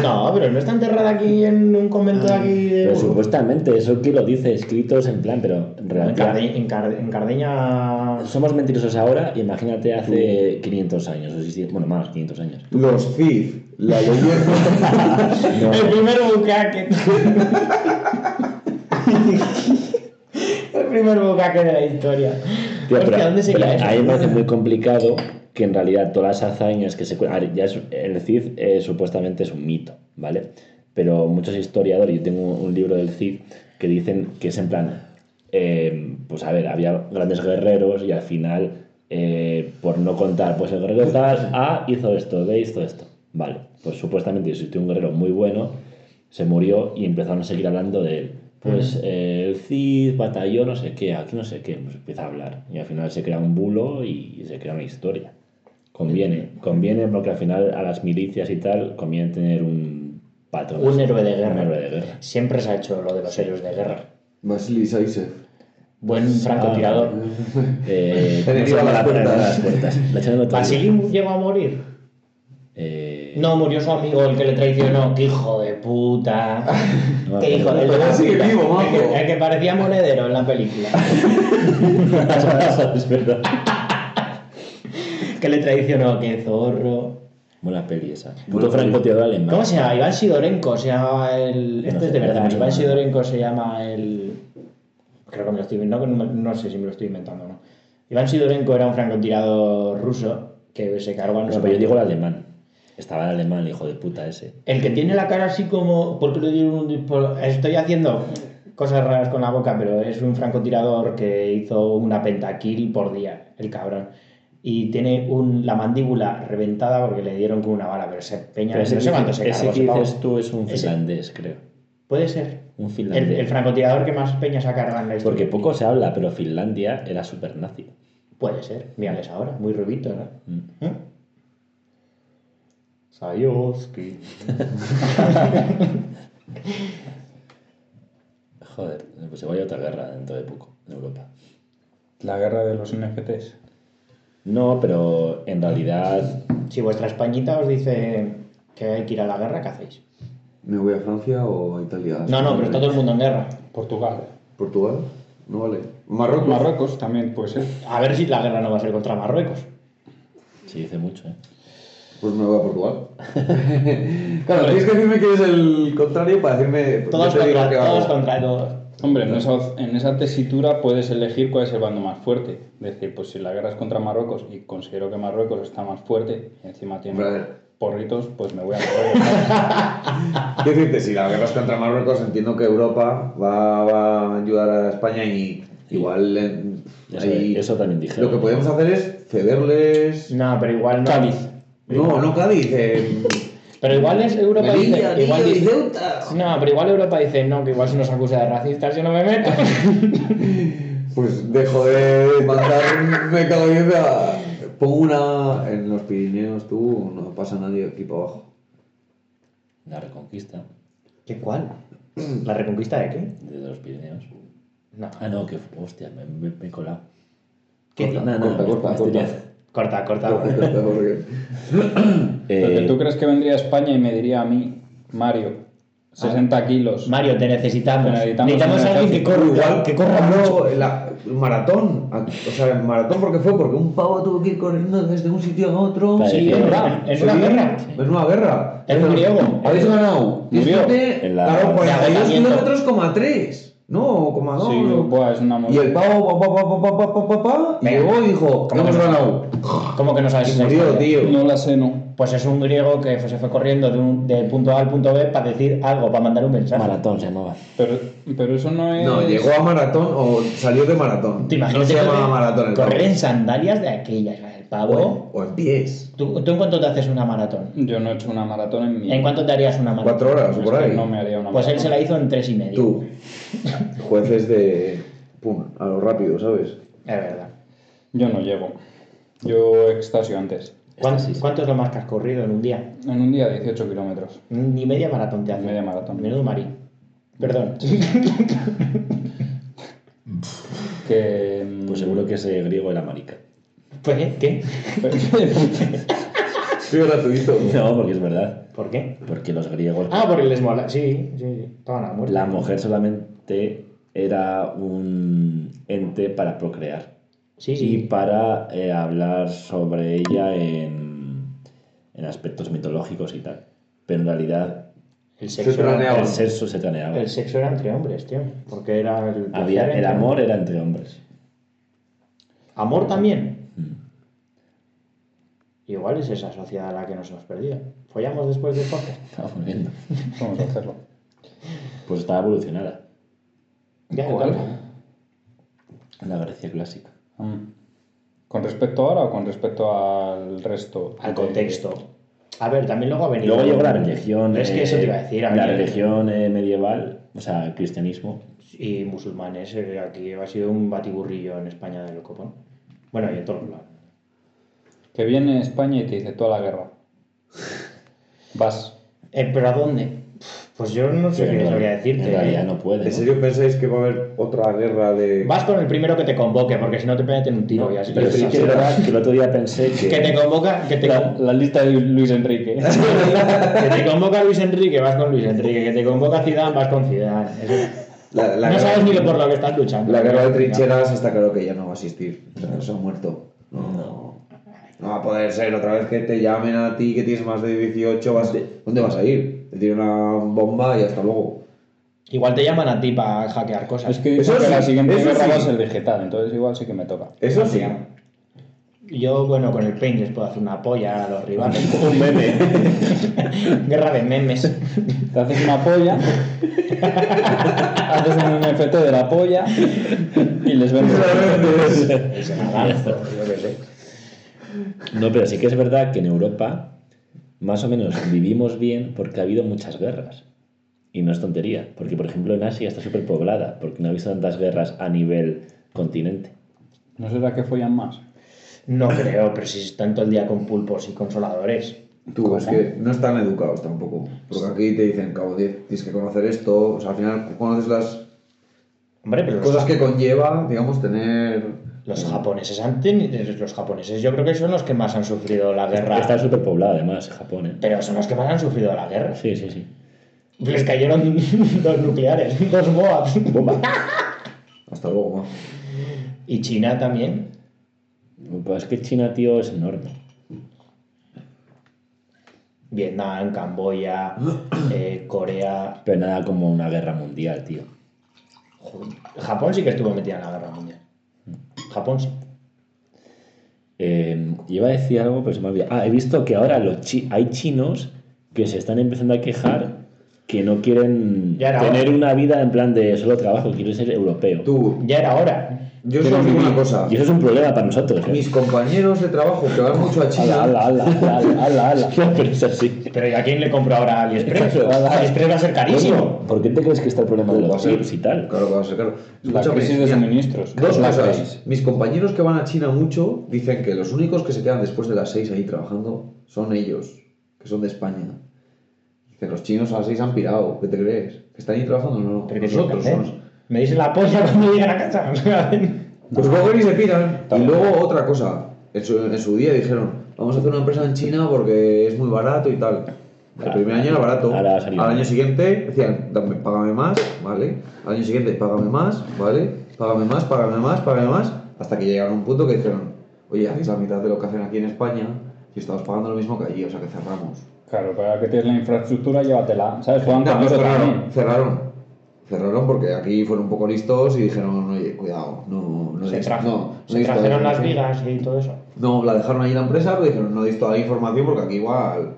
Speaker 3: No, pero no está enterrada aquí en un convento de aquí de...
Speaker 1: Ah, Pero supuestamente, eso que lo dice escritos en plan, pero en
Speaker 3: En,
Speaker 1: realidad...
Speaker 3: Carde- en Carde- en Cardeña...
Speaker 1: Somos mentirosos ahora, imagínate hace 500 años, o 600, bueno, más, 500 años.
Speaker 4: Los Cid, la leyenda.
Speaker 1: No,
Speaker 3: El primer bucaque. El primer bucaque de la historia.
Speaker 1: tío,
Speaker 3: Hostia,
Speaker 1: pero-
Speaker 3: ¿dónde se
Speaker 1: pero
Speaker 3: queda eso?
Speaker 1: a mí me parece muy complicado que en realidad todas las hazañas que se cuen- a ver, ya es- el Cid eh, supuestamente es un mito, ¿vale? Pero muchos historiadores, yo tengo un libro del Cid que dicen que es en plan, eh, pues a ver, había grandes guerreros y al final, eh, por no contar, pues el guerrero tal, A hizo esto, B hizo esto. Vale, pues supuestamente existió un guerrero muy bueno se murió y empezaron a seguir hablando de él. Pues eh, el Cid batalló no sé qué, aquí no sé qué, pues empieza a hablar. Y al final se crea un bulo y se crea una historia. Conviene, conviene porque al final a las milicias y tal conviene tener un patrón.
Speaker 3: Un héroe de guerra. <laughs>
Speaker 1: Un héroe de guerra.
Speaker 3: Siempre se ha hecho lo de los héroes de guerra.
Speaker 4: Vasily Saisev.
Speaker 3: Buen francotirador.
Speaker 1: Eh,
Speaker 4: Te
Speaker 1: no
Speaker 4: deriva
Speaker 1: sé,
Speaker 4: las
Speaker 1: la ponen
Speaker 4: puertas.
Speaker 1: a las puertas. La echaron el otro día.
Speaker 3: ¿Basilium llegó a morir?
Speaker 1: Eh, <laughs>
Speaker 3: No, murió su amigo, el que le traicionó. ¡Qué hijo
Speaker 1: <laughs>
Speaker 3: de puta!
Speaker 1: No,
Speaker 3: ¡Qué hijo de
Speaker 4: pero
Speaker 3: puta!
Speaker 4: sigue vivo, majo.
Speaker 3: el, que, el que parecía monedero en la
Speaker 4: <laughs>
Speaker 3: película.
Speaker 1: es verdad.
Speaker 3: que le traicionó, qué zorro.
Speaker 1: Buena peli esa. Puto francotirador alemán.
Speaker 3: ¿Cómo se llama? Iván Sidorenko se llama el. Este
Speaker 1: sé,
Speaker 3: es de
Speaker 1: no
Speaker 3: verdad.
Speaker 1: sé
Speaker 3: Iván
Speaker 1: nada.
Speaker 3: Sidorenko se llama el. Creo que me lo estoy inventando. No, no sé si me lo estoy inventando o no. Iván Sidorenko era un francotirador ruso que se cargó a no sé
Speaker 1: No, pero yo
Speaker 3: cuánto.
Speaker 1: digo el alemán. Estaba el alemán, el hijo de puta ese.
Speaker 3: El que tiene la cara así como. ¿Por qué le dieron un disparo? Estoy haciendo cosas raras con la boca, pero es un francotirador que hizo una pentakill por día, el cabrón. Y tiene un, la mandíbula reventada porque le dieron con una bala, pero se peña.
Speaker 1: Pero
Speaker 3: no sé
Speaker 1: que-
Speaker 3: cuánto se
Speaker 1: ese
Speaker 3: cargó,
Speaker 1: que
Speaker 3: se pagó.
Speaker 1: dices tú es un
Speaker 3: Ese.
Speaker 1: finlandés, creo.
Speaker 3: Puede ser.
Speaker 1: Un finlandés.
Speaker 3: El, el francotirador que más peña se ha cargado en la historia.
Speaker 1: Porque poco se habla, pero Finlandia era súper nazi.
Speaker 3: Puede ser. Mírales ahora, muy rubito, ¿no?
Speaker 1: Mm.
Speaker 3: ¿Eh? Sayoski.
Speaker 1: Joder, pues se va a ir otra guerra dentro de poco, en Europa.
Speaker 2: La guerra de los NFTs.
Speaker 1: No, pero en realidad
Speaker 3: Si vuestra españita os dice que hay que ir a la guerra, ¿qué hacéis?
Speaker 4: ¿Me voy a Francia o a Italia?
Speaker 3: No, no, pero está todo el mundo en guerra.
Speaker 2: Portugal.
Speaker 4: ¿Portugal? No vale. ¿Marruecos?
Speaker 2: Marruecos también puede ser.
Speaker 3: A ver si la guerra no va a ser contra Marruecos.
Speaker 1: se dice mucho, ¿eh?
Speaker 4: Pues me voy a Portugal. <laughs> claro, tienes que decirme que es el contrario para decirme... pues,
Speaker 3: Todos
Speaker 4: yo te digo
Speaker 3: contra,
Speaker 4: que hago.
Speaker 3: todos contra todos.
Speaker 2: Hombre, en esa, en esa tesitura puedes elegir cuál es el bando más fuerte. Es decir, pues si la guerra es contra Marruecos y considero que Marruecos está más fuerte y encima tiene
Speaker 4: Brother.
Speaker 2: porritos, pues
Speaker 4: <laughs>
Speaker 2: me voy a Marruecos.
Speaker 4: Quiero decirte, si la guerra es contra Marruecos, entiendo que Europa va, va a ayudar a España y igual... en-
Speaker 1: Eso- eso también dije.
Speaker 4: Lo que podemos hacer es cederles...
Speaker 3: No, pero igual no.
Speaker 2: Cádiz.
Speaker 4: No, no Cádiz. eh,
Speaker 3: Pero igual es Europa
Speaker 4: Melilla,
Speaker 3: dice. Igual
Speaker 4: Lillo y
Speaker 3: dice-
Speaker 4: Ceuta.
Speaker 3: no, pero igual Europa dice, no, que igual se nos acusa de racistas, yo no me
Speaker 2: <laughs>
Speaker 3: meto.
Speaker 4: Pues dejo de mandar de cabeza. Pongo una en los Pirineos, tú, no pasa nadie aquí para abajo.
Speaker 1: La reconquista
Speaker 3: ¿Qué cuál? ¿La reconquista de qué?
Speaker 1: desde los Pirineos.
Speaker 3: No.
Speaker 1: Ah, no, que hostia, me, me- me he colado.
Speaker 3: ¿Qué
Speaker 1: Corta,
Speaker 3: dices?
Speaker 1: nada, nada,
Speaker 4: corta,
Speaker 1: me- me
Speaker 4: corta,
Speaker 1: estoy
Speaker 3: Corta,
Speaker 1: <laughs>
Speaker 3: corta.
Speaker 4: Porque-
Speaker 1: liando.
Speaker 2: Porque
Speaker 1: Eh,
Speaker 2: tú crees que vendría a España y me diría a mí, Mario, 60
Speaker 4: Ah.
Speaker 2: kilos.
Speaker 3: Mario, te necesitamos.
Speaker 2: Te necesitamos
Speaker 3: Necesitamos
Speaker 2: en
Speaker 3: a
Speaker 2: el
Speaker 3: alguien que corra,
Speaker 4: Pero igual
Speaker 3: que corra mucho.
Speaker 4: no, la- el maratón. a- O sea, el maratón porque fue porque un pavo tuvo que ir corriendo desde un sitio a otro.
Speaker 1: Vale.
Speaker 3: Sí,
Speaker 1: Sí,
Speaker 3: es
Speaker 1: verdad.
Speaker 3: verdad. Es una
Speaker 4: Sí,
Speaker 3: guerra.
Speaker 4: Es una guerra.
Speaker 3: Era un
Speaker 4: Pero,
Speaker 3: griego.
Speaker 4: Habéis ganado.
Speaker 2: Murió.
Speaker 4: Disfrute,
Speaker 1: En la-
Speaker 4: claro,
Speaker 1: de
Speaker 4: 42
Speaker 3: agotamiento.
Speaker 4: kilómetros, coma 3. No, o coma 2.
Speaker 2: Sí, buah, es una
Speaker 4: Y
Speaker 2: movida.
Speaker 4: el pavo, pa, pa, pa, pa, pa, pa, pa, pa, y
Speaker 3: Venga.
Speaker 4: llegó y dijo,
Speaker 3: ¿Cómo
Speaker 4: hemos
Speaker 3: que no?
Speaker 4: ganado.
Speaker 3: ¿Cómo que no sabes
Speaker 4: Y
Speaker 3: esa
Speaker 4: murió,
Speaker 3: historia?
Speaker 4: tío.
Speaker 2: No la sé, no.
Speaker 3: Pues es un griego que se fue corriendo de, un, de punto A al punto B para decir algo, para mandar un mensaje.
Speaker 1: maratón se llamaba.
Speaker 2: Pero, pero eso no es...
Speaker 4: No, llegó a maratón o salió de maratón.
Speaker 3: ¿Te imaginas
Speaker 4: no se
Speaker 3: correr-
Speaker 4: llamaba maratón el
Speaker 3: correr
Speaker 4: pavo.
Speaker 3: en sandalias de aquellas, la del pavo?
Speaker 4: O, o en pies.
Speaker 3: ¿Tú, tú en cuánto te haces una maratón?
Speaker 2: Yo no he hecho una maratón en mi...
Speaker 3: ¿En cuánto te harías una maratón?
Speaker 4: Cuatro horas,
Speaker 2: Es
Speaker 4: por
Speaker 2: que
Speaker 4: ahí.
Speaker 2: no me haría una
Speaker 3: Pues él se
Speaker 2: maratón.
Speaker 3: la hizo en tres y medio.
Speaker 4: Tú. Jueces de... Pum, a lo rápido, ¿sabes?
Speaker 3: Es verdad.
Speaker 2: Yo no llego. Yo extasio antes.
Speaker 3: ¿Cuán-
Speaker 1: sí, sí.
Speaker 3: ¿Cuánto es lo más que has corrido en un día?
Speaker 2: En un día 18 kilómetros.
Speaker 3: Ni media maratón te hace.
Speaker 2: Media maratón.
Speaker 3: Menudo marí. Perdón.
Speaker 2: Que... mm,
Speaker 1: Pues seguro que ese griego era marica.
Speaker 3: <laughs>
Speaker 1: <laughs>
Speaker 3: Pues, ¿Qué?
Speaker 4: Sí, gratuito.
Speaker 1: No, porque es verdad.
Speaker 3: ¿Por qué?
Speaker 1: Porque los griegos.
Speaker 3: Ah, porque les mola. Sí, sí, sí. Estaban a muerte.
Speaker 1: La mujer solamente era un ente para procrear.
Speaker 3: Sí,
Speaker 1: y
Speaker 3: sí.
Speaker 1: para eh, hablar sobre ella en, en aspectos mitológicos y tal. Pero en realidad
Speaker 3: El sexo,
Speaker 4: Se
Speaker 3: era,
Speaker 4: planeaba.
Speaker 1: el sexo se taneaba.
Speaker 3: el sexo era entre hombres, tío. Porque era el,
Speaker 1: Había,
Speaker 3: placer
Speaker 1: el
Speaker 3: entre-
Speaker 1: amor era entre hombres.
Speaker 3: ¿Amor también?
Speaker 1: Mm.
Speaker 3: Igual es esa sociedad a la que nos hemos perdido. ¿Follamos después del podcast?
Speaker 1: Estamos viendo.
Speaker 2: <laughs> Vamos a
Speaker 3: <laughs>
Speaker 2: hacerlo.
Speaker 1: <laughs> Pues estaba evolucionada.
Speaker 3: Ya,
Speaker 2: ¿Cuál?
Speaker 3: total.
Speaker 1: En la Grecia clásica.
Speaker 2: Mm. ¿Con respecto ahora o con respecto al resto?
Speaker 3: Al
Speaker 2: de-
Speaker 3: contexto. A ver, también luego ha
Speaker 1: Y
Speaker 3: venido...
Speaker 1: luego llegó la religión.
Speaker 3: Es que eso te iba a decir.
Speaker 1: eh,
Speaker 3: ha
Speaker 1: La
Speaker 3: venido-
Speaker 1: religión eh, medieval, o sea, el cristianismo.
Speaker 3: Y musulmanes, eh, aquí ha sido un batiburrillo en España del copón. Bueno, y en todo
Speaker 2: Que viene
Speaker 3: <laughs>
Speaker 2: España y te dice toda la guerra. Vas.
Speaker 3: ¿Pero a Eh, dónde? Pff, Pues yo no sé qué
Speaker 1: en
Speaker 3: sabría
Speaker 1: realidad-
Speaker 3: decirte.
Speaker 1: En realidad
Speaker 3: ¿eh?
Speaker 1: no puede.
Speaker 4: ¿En
Speaker 1: ¿no?
Speaker 4: serio pensáis que va a haber otra guerra de.?
Speaker 3: Vas con el primero que te convoque, porque si no te meten un tiro y así.
Speaker 1: Pero sí que es
Speaker 3: <laughs>
Speaker 1: verdad que el otro día pensé que.
Speaker 3: Que te convoca, que te,
Speaker 2: La,
Speaker 1: <laughs>
Speaker 2: la lista de Luis
Speaker 4: <laughs>
Speaker 2: Enrique.
Speaker 3: que te convoca Luis Enrique, vas con Luis Enrique. Que te convoca Zidane, vas con Zidane. Eso-
Speaker 4: La, la
Speaker 3: no
Speaker 4: guerra-
Speaker 3: sabes ni lo por lo que estás luchando.
Speaker 4: La guerra de trincheras está claro que ya no va a existir. Se ha muerto. No. No va a poder ser. Otra vez que te llamen a ti que tienes más de 18, vas ¿dónde vas a ir? Te tiran una bomba y hasta luego.
Speaker 3: Igual te llaman a ti para hackear cosas.
Speaker 2: Es que dijo
Speaker 4: Eso
Speaker 2: que la
Speaker 4: sí,
Speaker 2: siguiente
Speaker 4: eso
Speaker 2: guerra
Speaker 4: sí.
Speaker 2: va a ser digital, entonces igual sí que me toca.
Speaker 4: Eso sí.
Speaker 3: Yo, bueno, con el Paint les puedo hacer una polla a los
Speaker 4: <laughs>
Speaker 3: rivales.
Speaker 1: Un meme.
Speaker 3: <laughs> Guerra de memes.
Speaker 2: Te haces una polla, haces un NFT de la polla y les vendes. <laughs>
Speaker 3: Naranjo, yo qué sé.
Speaker 1: No, pero sí que es verdad que en Europa más o menos vivimos bien porque ha habido muchas guerras. Y no es tontería, porque por ejemplo en Asia está súper poblada, porque no ha habido tantas guerras a nivel continente.
Speaker 2: ¿No será que follan más?
Speaker 3: No creo, pero si están todo el día con pulpos y consoladores.
Speaker 4: Tú, es que no están educados tampoco. Porque aquí te dicen, cabo 10, tienes que conocer esto. O sea, al final conoces las
Speaker 3: Hombre, pero los
Speaker 4: cosas
Speaker 3: ja-
Speaker 4: que conlleva, digamos, tener.
Speaker 3: los japoneses han tenido- los japoneses yo creo que son los que más han sufrido la guerra.
Speaker 1: Está súper poblada además, Japón, ¿eh?
Speaker 3: Pero son los que más han sufrido la guerra.
Speaker 1: Sí, sí, sí.
Speaker 3: Les cayeron <laughs> dos nucleares, dos boas.
Speaker 4: Hasta luego, ¿no?
Speaker 3: Y China también.
Speaker 1: Pues es que China, tío, es enorme.
Speaker 3: Vietnam, <coughs> Camboya, eh, Corea.
Speaker 1: Pero nada como una guerra mundial, tío.
Speaker 3: Joder, Japón sí que estuvo metida en la guerra mundial. Japón sí.
Speaker 1: Eh, iba a decir algo, pero se me ha olvidado. Ah, he visto que ahora los chi- hay chinos que se están empezando a quejar que no quieren
Speaker 3: Ya era
Speaker 1: tener
Speaker 3: hora.
Speaker 1: una vida en plan de solo trabajo, quieren ser europeo.
Speaker 4: Tú,
Speaker 3: Ya era hora.
Speaker 4: yo
Speaker 1: Quieren
Speaker 4: solo digo
Speaker 1: vivir.
Speaker 4: una cosa.
Speaker 1: Y eso es un problema para nosotros. ¿eh?
Speaker 4: Mis compañeros de trabajo que van mucho a
Speaker 1: Ala,
Speaker 4: China.
Speaker 1: ala, ala, ala, ala, ala, <laughs> ala. No, pero es así.
Speaker 3: Pero ¿y a quién le compro ahora AliExpress?
Speaker 1: Claro.
Speaker 3: AliExpress va a ser carísimo.
Speaker 1: Coño, ¿Por qué te crees que está el problema de
Speaker 4: Va a
Speaker 1: los
Speaker 4: ser-
Speaker 1: chips y tal?
Speaker 4: Claro que va a ser caro.
Speaker 2: La
Speaker 4: Escúchame,
Speaker 2: crisis de
Speaker 4: mira,
Speaker 2: suministros.
Speaker 4: Dos
Speaker 2: La
Speaker 4: cosas.
Speaker 2: crisis.
Speaker 4: Mis compañeros que van a China mucho dicen que los únicos que se quedan después de las seis ahí trabajando son ellos, que son de España. Dicen, los chinos a las seis han pirado, ¿qué te crees? ¿Que están ahí trabajando? No, no.
Speaker 3: Pero que tienen que
Speaker 4: Nosotros
Speaker 3: hacer.
Speaker 4: somos.
Speaker 3: Me dice la polla cuando
Speaker 4: <laughs>
Speaker 3: lleguen a casa.
Speaker 4: Pues cogen y se piran. Y luego otra cosa. En su, en su día dijeron, vamos a hacer una empresa en China porque es muy barato y tal. El
Speaker 1: Claro.
Speaker 4: primer año era barato.
Speaker 1: Ahora ha salido.
Speaker 4: Al año siguiente decían, dame, págame más, ¿vale? Al año siguiente, págame más, ¿vale? Págame más, págame más, págame más. Hasta que llegaron a un punto que dijeron, oye, hacéis la mitad de lo que hacen aquí en España y estamos pagando lo mismo que allí, o sea que cerramos.
Speaker 2: Claro, para que tienes la infraestructura, llévatela. ¿Sabes? Juegan
Speaker 4: No,
Speaker 2: con
Speaker 4: pues
Speaker 2: eso
Speaker 4: cerraron,
Speaker 2: también.
Speaker 4: cerraron. Cerraron porque aquí fueron un poco listos y dijeron, oye, cuidado, no,
Speaker 3: <laughs>
Speaker 4: no
Speaker 3: se
Speaker 4: deis-
Speaker 3: trajo-
Speaker 4: no, no
Speaker 3: se
Speaker 4: deis toda la
Speaker 3: trajeron las
Speaker 4: información".
Speaker 3: vigas y todo eso.
Speaker 4: No, la dejaron ahí la empresa, pero dijeron, no deis toda la información porque aquí igual...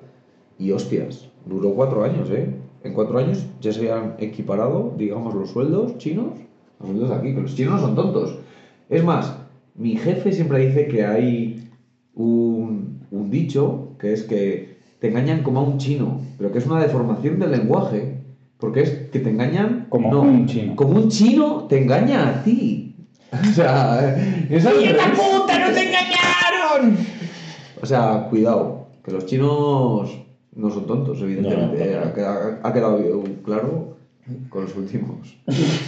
Speaker 4: Y hostias, duró cuatro años, ¿eh? En cuatro años ya se habían equiparado, digamos, los sueldos chinos a los sueldos de aquí, que los chinos no son tontos. Es más, mi jefe siempre dice que hay un, un dicho que es que te engañan como a un chino, pero que es una deformación del lenguaje, porque es que te engañan
Speaker 2: Como
Speaker 4: no,
Speaker 2: un chino.
Speaker 4: Como un chino te engaña a ti. <laughs> O sea, es al revés.
Speaker 3: puta! ¡No te engañaron!
Speaker 4: O sea, cuidado, que los chinos no son tontos, evidentemente.
Speaker 1: No, no, no.
Speaker 4: eh, ha queda- Ha quedado bien claro con los últimos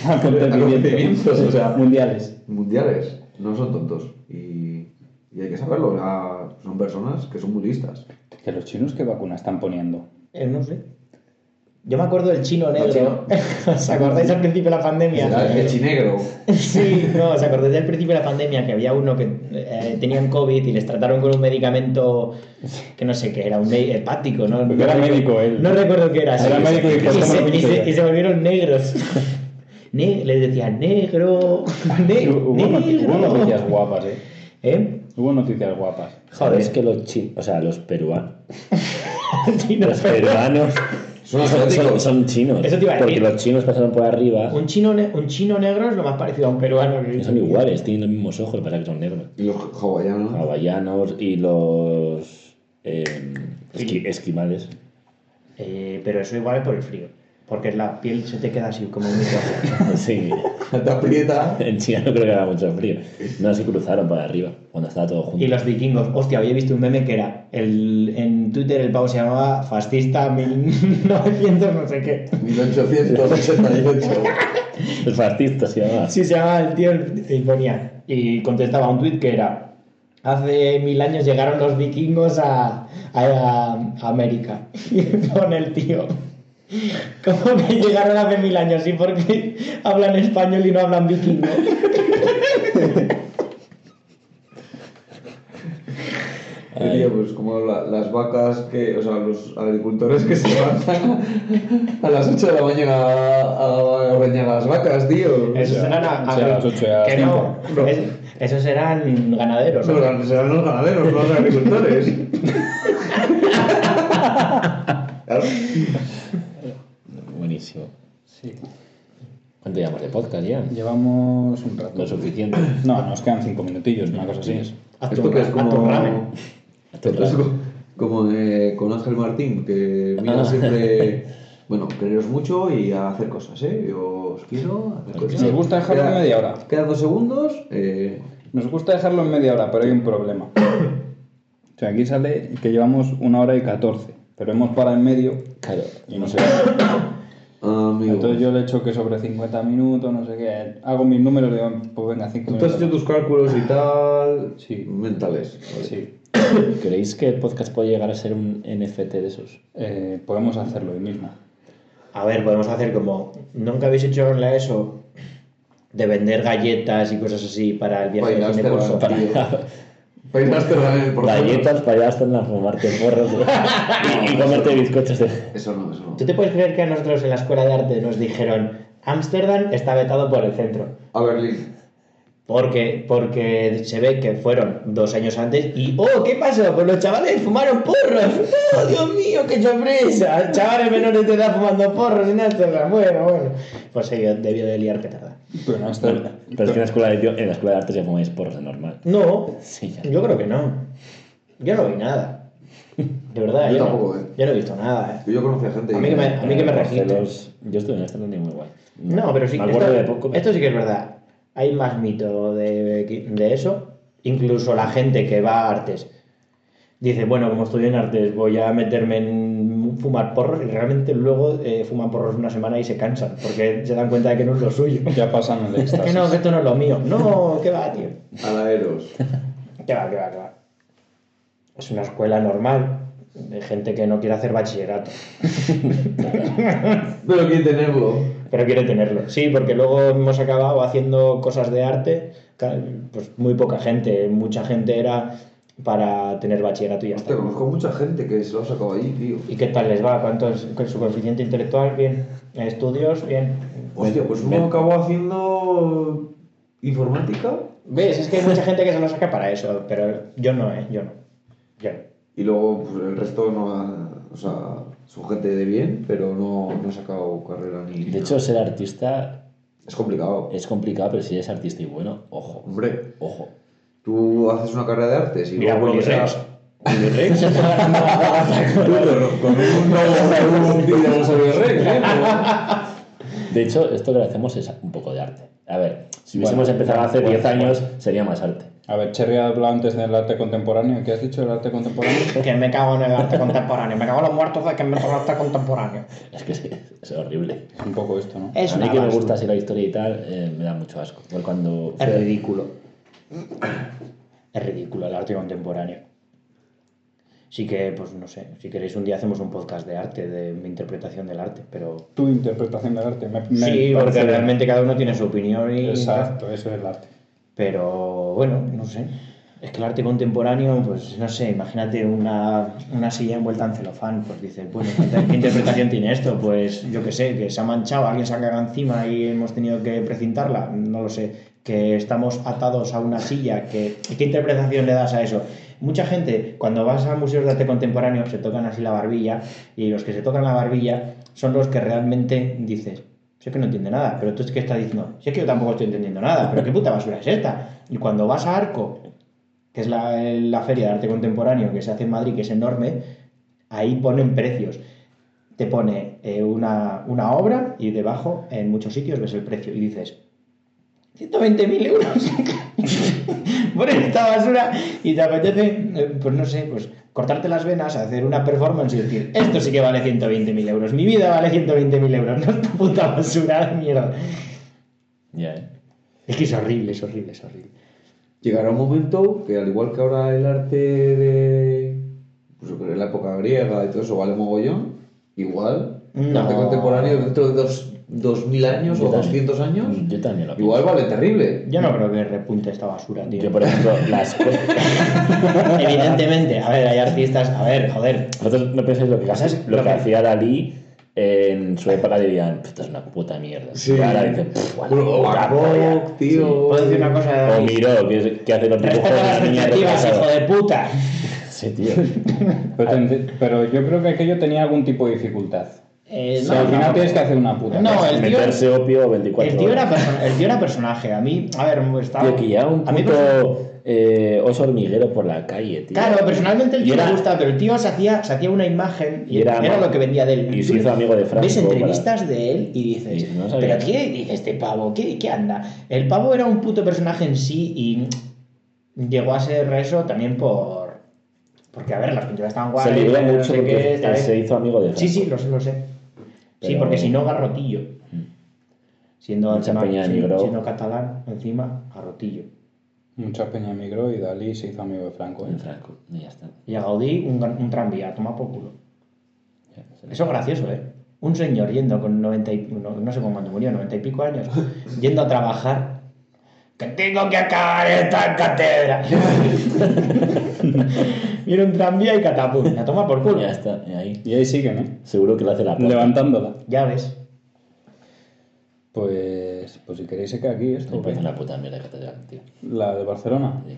Speaker 2: Acontecimientos
Speaker 4: Acontecimientos, o sea.
Speaker 2: mundiales.
Speaker 4: mundiales. No son tontos. Y, y hay que saberlo. o sea, son personas que son muy listas.
Speaker 2: ¿Que los chinos qué vacuna están poniendo?
Speaker 3: Eh, no sé. Yo me acuerdo del chino negro.
Speaker 4: chino.
Speaker 3: <laughs> ¿Os acordáis al principio de la pandemia?
Speaker 4: El chinegro.
Speaker 3: Sí, no, ¿os acordáis del principio de la pandemia que había uno que eh, tenían COVID y les trataron con un medicamento que no sé qué era, un me- hepático, ¿no?
Speaker 2: Porque era
Speaker 3: No recu-
Speaker 2: médico él.
Speaker 3: No recuerdo qué era.
Speaker 2: Era médico y
Speaker 3: se-
Speaker 2: pues,
Speaker 3: se,
Speaker 2: toma
Speaker 3: y se-
Speaker 2: pintura.
Speaker 3: y se
Speaker 2: <laughs>
Speaker 3: volvieron negros. Ne- les decían negro, ne-
Speaker 2: <laughs> Hubo, noti- hubo
Speaker 3: negro".
Speaker 2: noticias guapas, ¿eh?
Speaker 3: ¿Eh? <laughs>
Speaker 2: Hubo noticias guapas.
Speaker 1: Joder, es que los chinos, o sea, los peruanos,
Speaker 3: Sí,
Speaker 1: <laughs>
Speaker 3: no,
Speaker 1: los peruanos
Speaker 4: Son
Speaker 1: son, son-
Speaker 4: asiáticos.
Speaker 1: son chinos.
Speaker 3: Eso te iba a
Speaker 1: porque
Speaker 3: decir.
Speaker 1: los chinos pasaron por arriba
Speaker 3: Un chino, ne- un chino negro es lo más parecido a un peruano. Que
Speaker 1: y son iguales, tienen los mismos ojos, pasa que son negros.
Speaker 4: Y los <laughs> hawaianos.
Speaker 1: Hawaianos y los eh, esqui- esquimales. <laughs>
Speaker 3: Eh, pero eso igual es por el frío. Porque la piel se te queda así como
Speaker 2: <laughs>
Speaker 3: muy roja.
Speaker 1: Sí,
Speaker 4: Te aprieta.
Speaker 1: en China no creo que haga mucho frío. No, se cruzaron para arriba, cuando estaba todo
Speaker 3: Y
Speaker 1: junto.
Speaker 3: los vikingos, hostia, hoy he visto un meme que era el, en Twitter el pavo se llamaba fascista 1900 no sé qué.
Speaker 4: 1888.
Speaker 1: Los fascistas se llamaba.
Speaker 3: Sí, se llamaba el tío y ponía y contestaba un tuit que era hace mil años llegaron los vikingos a, a, a América <laughs> y pone el tío ¿Cómo que llegaron hace mil años? ¿Y por qué hablan español y no hablan vikingo?
Speaker 4: Yo diría, pues como la- las vacas que, o sea, los agricultores que se <laughs> levantan a las 8 de la mañana a, a ordeñar las vacas, tío.
Speaker 3: Esos
Speaker 2: Ya,
Speaker 3: eran a-
Speaker 2: sí, a las ocho y a las
Speaker 3: que no,
Speaker 4: cinco. No.
Speaker 3: es- esos eran ganaderos. ¿no?
Speaker 4: Los gan- serán los ganaderos, no los agricultores. Claro.
Speaker 1: Buenísimo.
Speaker 2: Sí.
Speaker 1: ¿Cuánto llevamos de podcast ya?
Speaker 2: Llevamos un rato.
Speaker 1: Lo suficiente.
Speaker 2: No, nos quedan cinco minutillos, una cosa así. es.
Speaker 3: Hazte
Speaker 4: Esto
Speaker 3: un-
Speaker 4: que es
Speaker 3: hazte un ramen.
Speaker 4: como.
Speaker 1: Hazte un
Speaker 4: Esto es
Speaker 1: rato.
Speaker 4: co- como eh, con Ángel Martín, que
Speaker 2: Ah.
Speaker 4: mira siempre. Bueno, quereros mucho y a hacer cosas, ¿eh? Yo os quiero, hacer cosas.
Speaker 2: Nos gusta dejarlo
Speaker 4: Queda-
Speaker 2: media hora.
Speaker 4: Quedan dos segundos. Eh,
Speaker 2: Nos gusta dejarlo en media hora, pero hay un problema. O sea, aquí sale que llevamos una hora y catorce, pero hemos parado en medio
Speaker 1: Claro.
Speaker 2: y no sé.
Speaker 4: amigos.
Speaker 2: Entonces yo le echo que sobre 50 minutos, no sé qué. Hago mis números y digo, pues venga, 5
Speaker 4: Tú has hecho
Speaker 2: minutos.
Speaker 4: tus cálculos y tal.
Speaker 2: Sí.
Speaker 4: Mentales.
Speaker 2: Sí.
Speaker 1: ¿Creéis que el podcast puede llegar a ser un NFT de esos?
Speaker 2: Eh, podemos hacerlo hoy mismo.
Speaker 3: A ver, podemos hacer como. Nunca habéis hecho la ESO de vender galletas y cosas así para el viaje de
Speaker 4: Bailaste
Speaker 3: cine
Speaker 4: la-
Speaker 3: por
Speaker 4: para- Bailaste la- el portero.
Speaker 1: Galletas para allá hasta en fumarte porros y, y comerte bizcochos. de-
Speaker 4: Eso no, eso
Speaker 3: <laughs>
Speaker 4: no.
Speaker 3: ¿Tú te puedes creer que a nosotros en la escuela de arte nos dijeron Ámsterdam está vetado por el centro?
Speaker 4: A Berlín.
Speaker 3: Porque, porque se ve que fueron dos años antes y ¡oh! ¿Qué pasó? Pues los chavales fumaron porros. <laughs> ¡Oh, Dios mío, qué sorpresa! Chavales menores de edad fumando porros en Ámsterdam. Bueno, bueno. Pues se debió de liar petarda.
Speaker 2: Pero no está.
Speaker 1: Pero es que en la escuela de, yo- en la escuela de arte se fumáis porros de normal.
Speaker 3: No,
Speaker 1: Sí, ya.
Speaker 3: yo creo que no. Yo no vi nada. De verdad,
Speaker 4: Yo
Speaker 3: yo,
Speaker 4: tampoco,
Speaker 3: no,
Speaker 4: eh.
Speaker 3: yo no he visto nada. eh.
Speaker 4: Yo conocía gente.
Speaker 3: A mí que me- a mí que me registren.
Speaker 1: Celos- Yo estuve en esta ni muy guay.
Speaker 3: No, pero sí
Speaker 1: Me
Speaker 3: que
Speaker 1: acuerdo
Speaker 3: esto,
Speaker 1: de poco. pero-
Speaker 3: esto sí que es verdad. Hay más mito de, de eso. Incluso la gente que va a artes dice, bueno, como estudio en artes voy a meterme en fumar porros y realmente luego eh, fuman porros una semana y se cansan porque se dan cuenta de que no es
Speaker 1: <laughs>
Speaker 3: lo suyo.
Speaker 2: Ya pasan el
Speaker 3: que
Speaker 2: éxtasis.
Speaker 3: no, que esto no es lo mío. No, que va, tío.
Speaker 4: Alaeros.
Speaker 3: Que va, que va, que va. Es una escuela normal de gente que no quiere hacer bachillerato, <laughs>
Speaker 4: Pero quién tenerlo.
Speaker 3: pero quiere tenerlo. Sí, porque luego hemos acabado haciendo cosas de arte, ca- pues muy poca gente, mucha gente era para tener bachillerato y ya está.
Speaker 4: Hostia, conozco mucha gente que se lo ha sacado allí, tío.
Speaker 3: ¿Y qué tal les va? ¿Cuánto es con su coeficiente intelectual? Bien. ¿Estudios? Bien.
Speaker 4: Hostia, pues
Speaker 1: Ven.
Speaker 4: uno acabó haciendo. informática.
Speaker 3: ¿Ves? Es que hay mucha gente que se lo saca para eso, pero yo no, ¿eh? Yo no. Yo no.
Speaker 4: Y luego, pues el resto no ha. O sea, son gente de bien, pero no, no ha sacado carrera ni.
Speaker 1: De hecho, ser artista
Speaker 4: Es complicado.
Speaker 1: es complicado, pero si eres artista y bueno, ojo,
Speaker 4: Hombre,
Speaker 1: ojo.
Speaker 4: tú haces una carrera de artes y
Speaker 3: Mira,
Speaker 4: luego
Speaker 3: Willy Rex.
Speaker 4: vuelves a- con un no un tío de Rosario Rey, ¿eh?
Speaker 1: De hecho, esto que hacemos es un poco de arte. A ver, si hubiésemos
Speaker 2: Bueno,
Speaker 1: empezado hace
Speaker 2: bueno,
Speaker 1: 10
Speaker 2: bueno.
Speaker 1: años, sería más arte.
Speaker 2: A ver, Cherry ha hablado antes del arte contemporáneo. ¿Qué has dicho del arte contemporáneo?
Speaker 3: <laughs> Que me cago en el arte contemporáneo. Me cago en los muertos de que me cago en el arte contemporáneo.
Speaker 1: Es que <laughs> sí, es horrible.
Speaker 2: Es un poco esto, ¿no?
Speaker 3: Es
Speaker 1: a mí
Speaker 3: una
Speaker 1: que me
Speaker 3: basura.
Speaker 1: gusta así la historia y tal, eh, me da mucho asco. Porque cuando
Speaker 3: Es ridículo. <clears throat> Es ridículo el arte contemporáneo. Sí que, pues no sé, si queréis un día hacemos un podcast de arte, de mi interpretación del arte, pero...
Speaker 2: Tu interpretación del arte. Me, me
Speaker 3: sí, porque
Speaker 2: parece-
Speaker 3: realmente cada uno tiene su opinión y...
Speaker 2: Exacto, eso es el arte.
Speaker 3: Pero bueno, no sé. Es que el arte contemporáneo, pues no sé, imagínate una, una silla envuelta en celofán, pues dices, bueno, ¿cuánta- ¿qué interpretación tiene esto? Pues yo qué sé, que se ha manchado, alguien se ha cagado encima y hemos tenido que precintarla, no lo sé, que estamos atados a una silla, que, ¿qué interpretación le das a eso? Mucha gente, cuando vas a museos de arte contemporáneo, se tocan así la barbilla y los que se tocan la barbilla son los que realmente dices, si es que no entiende nada, pero tú es que estás diciendo, si es que yo tampoco estoy entendiendo nada, pero qué puta basura es esta. Y cuando vas a Arco, que es la, la feria de arte contemporáneo que se hace en Madrid, que es enorme, ahí ponen precios. Te pone eh, una, una obra y debajo, en muchos sitios, ves el precio y dices, 120.000 <laughs> euros por esta basura y te apetece, eh, pues no sé, pues cortarte las venas, hacer una performance y decir, esto sí que vale 120.000 euros, mi vida vale 120.000 euros, no esta puta basura de mierda.
Speaker 1: Ya, ¿eh?
Speaker 3: Es que es horrible, es horrible, es horrible.
Speaker 4: Llegará un momento que al igual que ahora el arte de pues, yo creo que en la época griega y todo eso vale mogollón, igual el
Speaker 3: No.
Speaker 4: arte contemporáneo dentro de dos, 2000 años
Speaker 1: Yo
Speaker 4: o
Speaker 1: también.
Speaker 4: 200 años,
Speaker 1: Yo también lo pienso.
Speaker 4: igual vale terrible.
Speaker 3: Yo no creo que repunte esta basura, tío.
Speaker 1: Yo, por ejemplo, las cosas...
Speaker 3: Evidentemente, a ver, hay artistas, a ver, joder.
Speaker 1: Vosotros no pensáis lo que,
Speaker 3: ¿Sabes?
Speaker 1: lo
Speaker 3: Lo
Speaker 1: que
Speaker 3: que-
Speaker 1: hacía Dalí en su época dirían, esto es una puta mierda. Y ahora dicen, "Pff, guau".
Speaker 4: Bueno, o Van Gogh, tío.
Speaker 3: Puedo decir una cosa de
Speaker 1: o
Speaker 3: Dalí?
Speaker 1: Miró, que, es- que hace los dibujos
Speaker 3: Respeta
Speaker 1: de
Speaker 3: las
Speaker 1: la niña de
Speaker 3: expectativas,
Speaker 1: casa.
Speaker 3: hijo de puta.
Speaker 1: Sí,
Speaker 3: <laughs>
Speaker 1: tío.
Speaker 2: Pero, tendré- pero yo creo que aquello tenía algún tipo de dificultad.
Speaker 3: Eh,
Speaker 2: Si al final
Speaker 3: tampoco.
Speaker 2: tienes que hacer una puta.
Speaker 3: No, el tío,
Speaker 1: Meterse opio 24
Speaker 3: el tío era
Speaker 1: horas.
Speaker 3: persona- el tío era personaje. A mí, a ver, estaba.
Speaker 1: Tío, que ya un
Speaker 3: a mí perso-
Speaker 1: puto eh, oso hormiguero por la calle, tío.
Speaker 3: Claro, personalmente el
Speaker 1: Y
Speaker 3: tío
Speaker 1: era-
Speaker 3: me gusta, pero el tío se hacía, se hacía una imagen y,
Speaker 1: Y era
Speaker 3: era,
Speaker 1: ama-
Speaker 3: lo que vendía de él.
Speaker 1: y se hizo amigo de Franco
Speaker 3: Ves
Speaker 1: para-
Speaker 3: entrevistas de él y dices,
Speaker 1: Y no sabía.
Speaker 3: ¿pero qué dice este pavo? ¿Qué, ¿Qué anda? El pavo era un puto personaje en sí y llegó a ser eso también por. Porque, a ver, las pinturas estaban guays.
Speaker 1: se libró
Speaker 3: pero no
Speaker 1: mucho
Speaker 3: sé
Speaker 1: porque
Speaker 3: qué, tal
Speaker 1: él
Speaker 3: vez.
Speaker 1: se hizo amigo de Franco.
Speaker 3: Sí, sí, lo sé, lo sé. Sí,
Speaker 1: Pero- Mm.
Speaker 3: porque si no, garrotillo. Siendo,
Speaker 1: Mucha
Speaker 3: encima-
Speaker 1: peña emigró.
Speaker 3: siendo catalán, encima, garrotillo.
Speaker 2: Mucha peña migró y Dalí se hizo amigo de Franco. ¿eh?
Speaker 1: Con Franco, y ya está.
Speaker 3: Y a Gaudí, un, gran- un tranvía, toma por culo.
Speaker 1: Ya, se le-
Speaker 3: Eso es gracioso, ¿eh? Un señor yendo con 90 y, no, no sé con cuánto murió, 90 y pico
Speaker 1: <laughs>
Speaker 3: años, yendo a trabajar. ¡Que tengo que acabar
Speaker 1: <laughs>
Speaker 3: esta cátedra! Viene un tranvía y catapum, la toma por culo.
Speaker 1: Ya está, y ahí.
Speaker 2: Y ahí siguen, ¿eh?
Speaker 1: Seguro que le hace la posta.
Speaker 2: Levantándola.
Speaker 3: Ya ves.
Speaker 2: Pues, pues si queréis se queda aquí esto. ¿eh?
Speaker 1: Me parece una puta mierda de catedral, tío.
Speaker 2: La de Barcelona.
Speaker 1: Sí.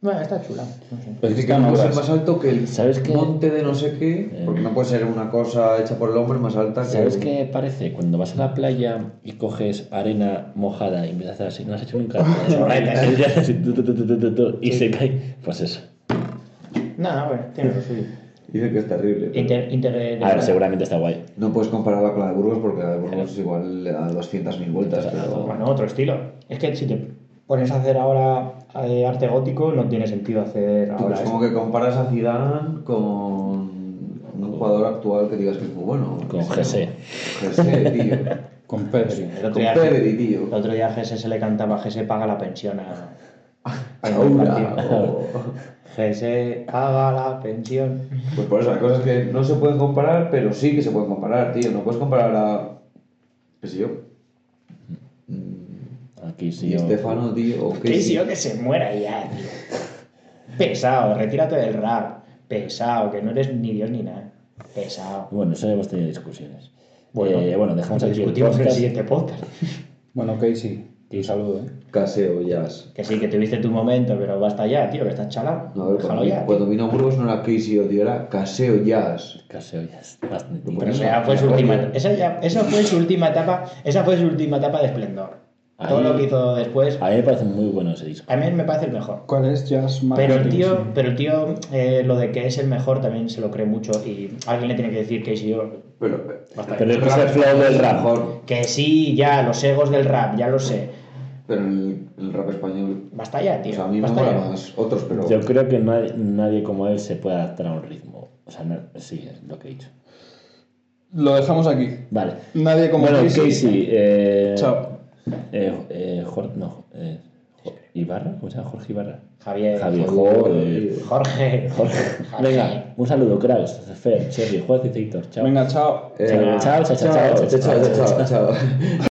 Speaker 3: Bueno, está chula. no sé.
Speaker 2: Pues
Speaker 4: Dice que
Speaker 2: está en
Speaker 4: no puede ser
Speaker 2: obras.
Speaker 4: más alto que el
Speaker 1: ¿Sabes qué?
Speaker 4: monte de no sé qué, porque no puede ser una cosa hecha por el hombre más alta que...
Speaker 1: ¿Sabes qué parece? Cuando vas a la playa y coges arena mojada y empiezas a hacer así, no has hecho <laughs> nunca. Y haces así, tu, tu, tu, tu, tu, tu, tu, y se cae. Pues eso.
Speaker 3: No, no, bueno, tiene lo suyo.
Speaker 4: Dice que es terrible. pero
Speaker 3: Inter, inter-
Speaker 1: A ver, seguramente está guay.
Speaker 4: No puedes compararla con la de Burgos porque la de Burgos es igual le da 200.000 vueltas. Pero...
Speaker 3: Bueno, otro estilo. Es que si te pones a hacer ahora eh, arte gótico, no tiene sentido hacer
Speaker 4: Tú,
Speaker 3: ahora
Speaker 4: pues,
Speaker 3: eso.
Speaker 4: como que comparas a Zidane con un jugador actual que digas que es muy bueno.
Speaker 1: Con Jesse. <laughs>
Speaker 4: Jesse, tío.
Speaker 2: Con Pedri.
Speaker 3: El otro
Speaker 4: con
Speaker 3: día,
Speaker 4: Pedri, tío.
Speaker 3: el otro día a Gese se le cantaba Gese paga la pensión a.
Speaker 4: A Aura, o-
Speaker 3: Gese paga la pensión.
Speaker 4: Pues por eso, hay cosas que no se pueden comparar, pero sí que se pueden comparar, tío. No puedes comparar a... qué sé yo.
Speaker 1: Aquí sí.
Speaker 4: Y este
Speaker 1: yo-
Speaker 4: Estefano, tío. O
Speaker 3: Que
Speaker 4: Casey.
Speaker 3: si yo que se muera ya, tío. Pesado, retírate del rap. Pesado, que no eres ni Dios ni nada. Pesado.
Speaker 1: Bueno, eso ya hemos tenido discusiones.
Speaker 3: Bueno,
Speaker 1: Bueno, bueno dejamos aquí el
Speaker 3: Discutimos en el
Speaker 1: podcast.
Speaker 3: siguiente podcast.
Speaker 2: Bueno, Casey. Un saludo, ¿eh?
Speaker 4: Caseo, Jazz.
Speaker 3: Que sí, que tuviste tu momento, pero basta ya, tío, que estás chalado.
Speaker 4: No, a ver,
Speaker 3: Déjalo
Speaker 4: cuando,
Speaker 3: ya. tío.
Speaker 4: cuando vino a Burgos no era Casey, tío. Era Caseo, Jazz.
Speaker 1: Casi hoy es bastante
Speaker 3: Pero
Speaker 1: tiempo.
Speaker 3: esa ya fue su
Speaker 4: Coño.
Speaker 3: última, esa, ya- esa fue su última etapa, esa fue su última etapa de esplendor.
Speaker 1: Ahí-
Speaker 3: Todo lo que hizo después,
Speaker 1: A mí me parece muy bueno ese disco.
Speaker 3: a mí me parece el mejor.
Speaker 2: ¿Cuál es Jazz
Speaker 3: Pero el tío, pero el tío eh, lo de que es el mejor también se lo cree mucho y alguien le tiene que decir que sí, yo-
Speaker 4: Pero...
Speaker 3: basta.
Speaker 1: Pero es que es el
Speaker 4: rap
Speaker 1: flow del
Speaker 4: español es
Speaker 1: rap.
Speaker 4: mejor.
Speaker 3: que sí, ya, los egos del rap, ya lo sé.
Speaker 4: Pero el, el rap español...
Speaker 3: Basta ya, tío.
Speaker 4: o sea, Pues a mí me
Speaker 3: basta
Speaker 4: mola
Speaker 3: ya.
Speaker 4: más otros, pero...
Speaker 1: Yo creo que nadie, nadie como él se puede adaptar a un ritmo. O sea, no- sí, es lo que he dicho.
Speaker 2: Lo dejamos aquí.
Speaker 1: Vale.
Speaker 2: Nadie como
Speaker 1: bueno,
Speaker 2: Casey.
Speaker 1: Casey. eh,
Speaker 2: Chao.
Speaker 1: Eh, eh, Jor- no, eh, Jo- ¿Ibarra? ¿Cómo se llama? Jorge Ibarra.
Speaker 3: Javier,
Speaker 1: Javier,
Speaker 4: Joder.
Speaker 1: joder.
Speaker 3: Jorge,
Speaker 1: Eh, Jorge. Venga, un saludo, cracks. Fer, Cherry, Juez y Teitor. Chao.
Speaker 2: Venga, chao.
Speaker 4: Eh,
Speaker 1: Chao, chao, chao, chao,
Speaker 4: chao, chao, chao.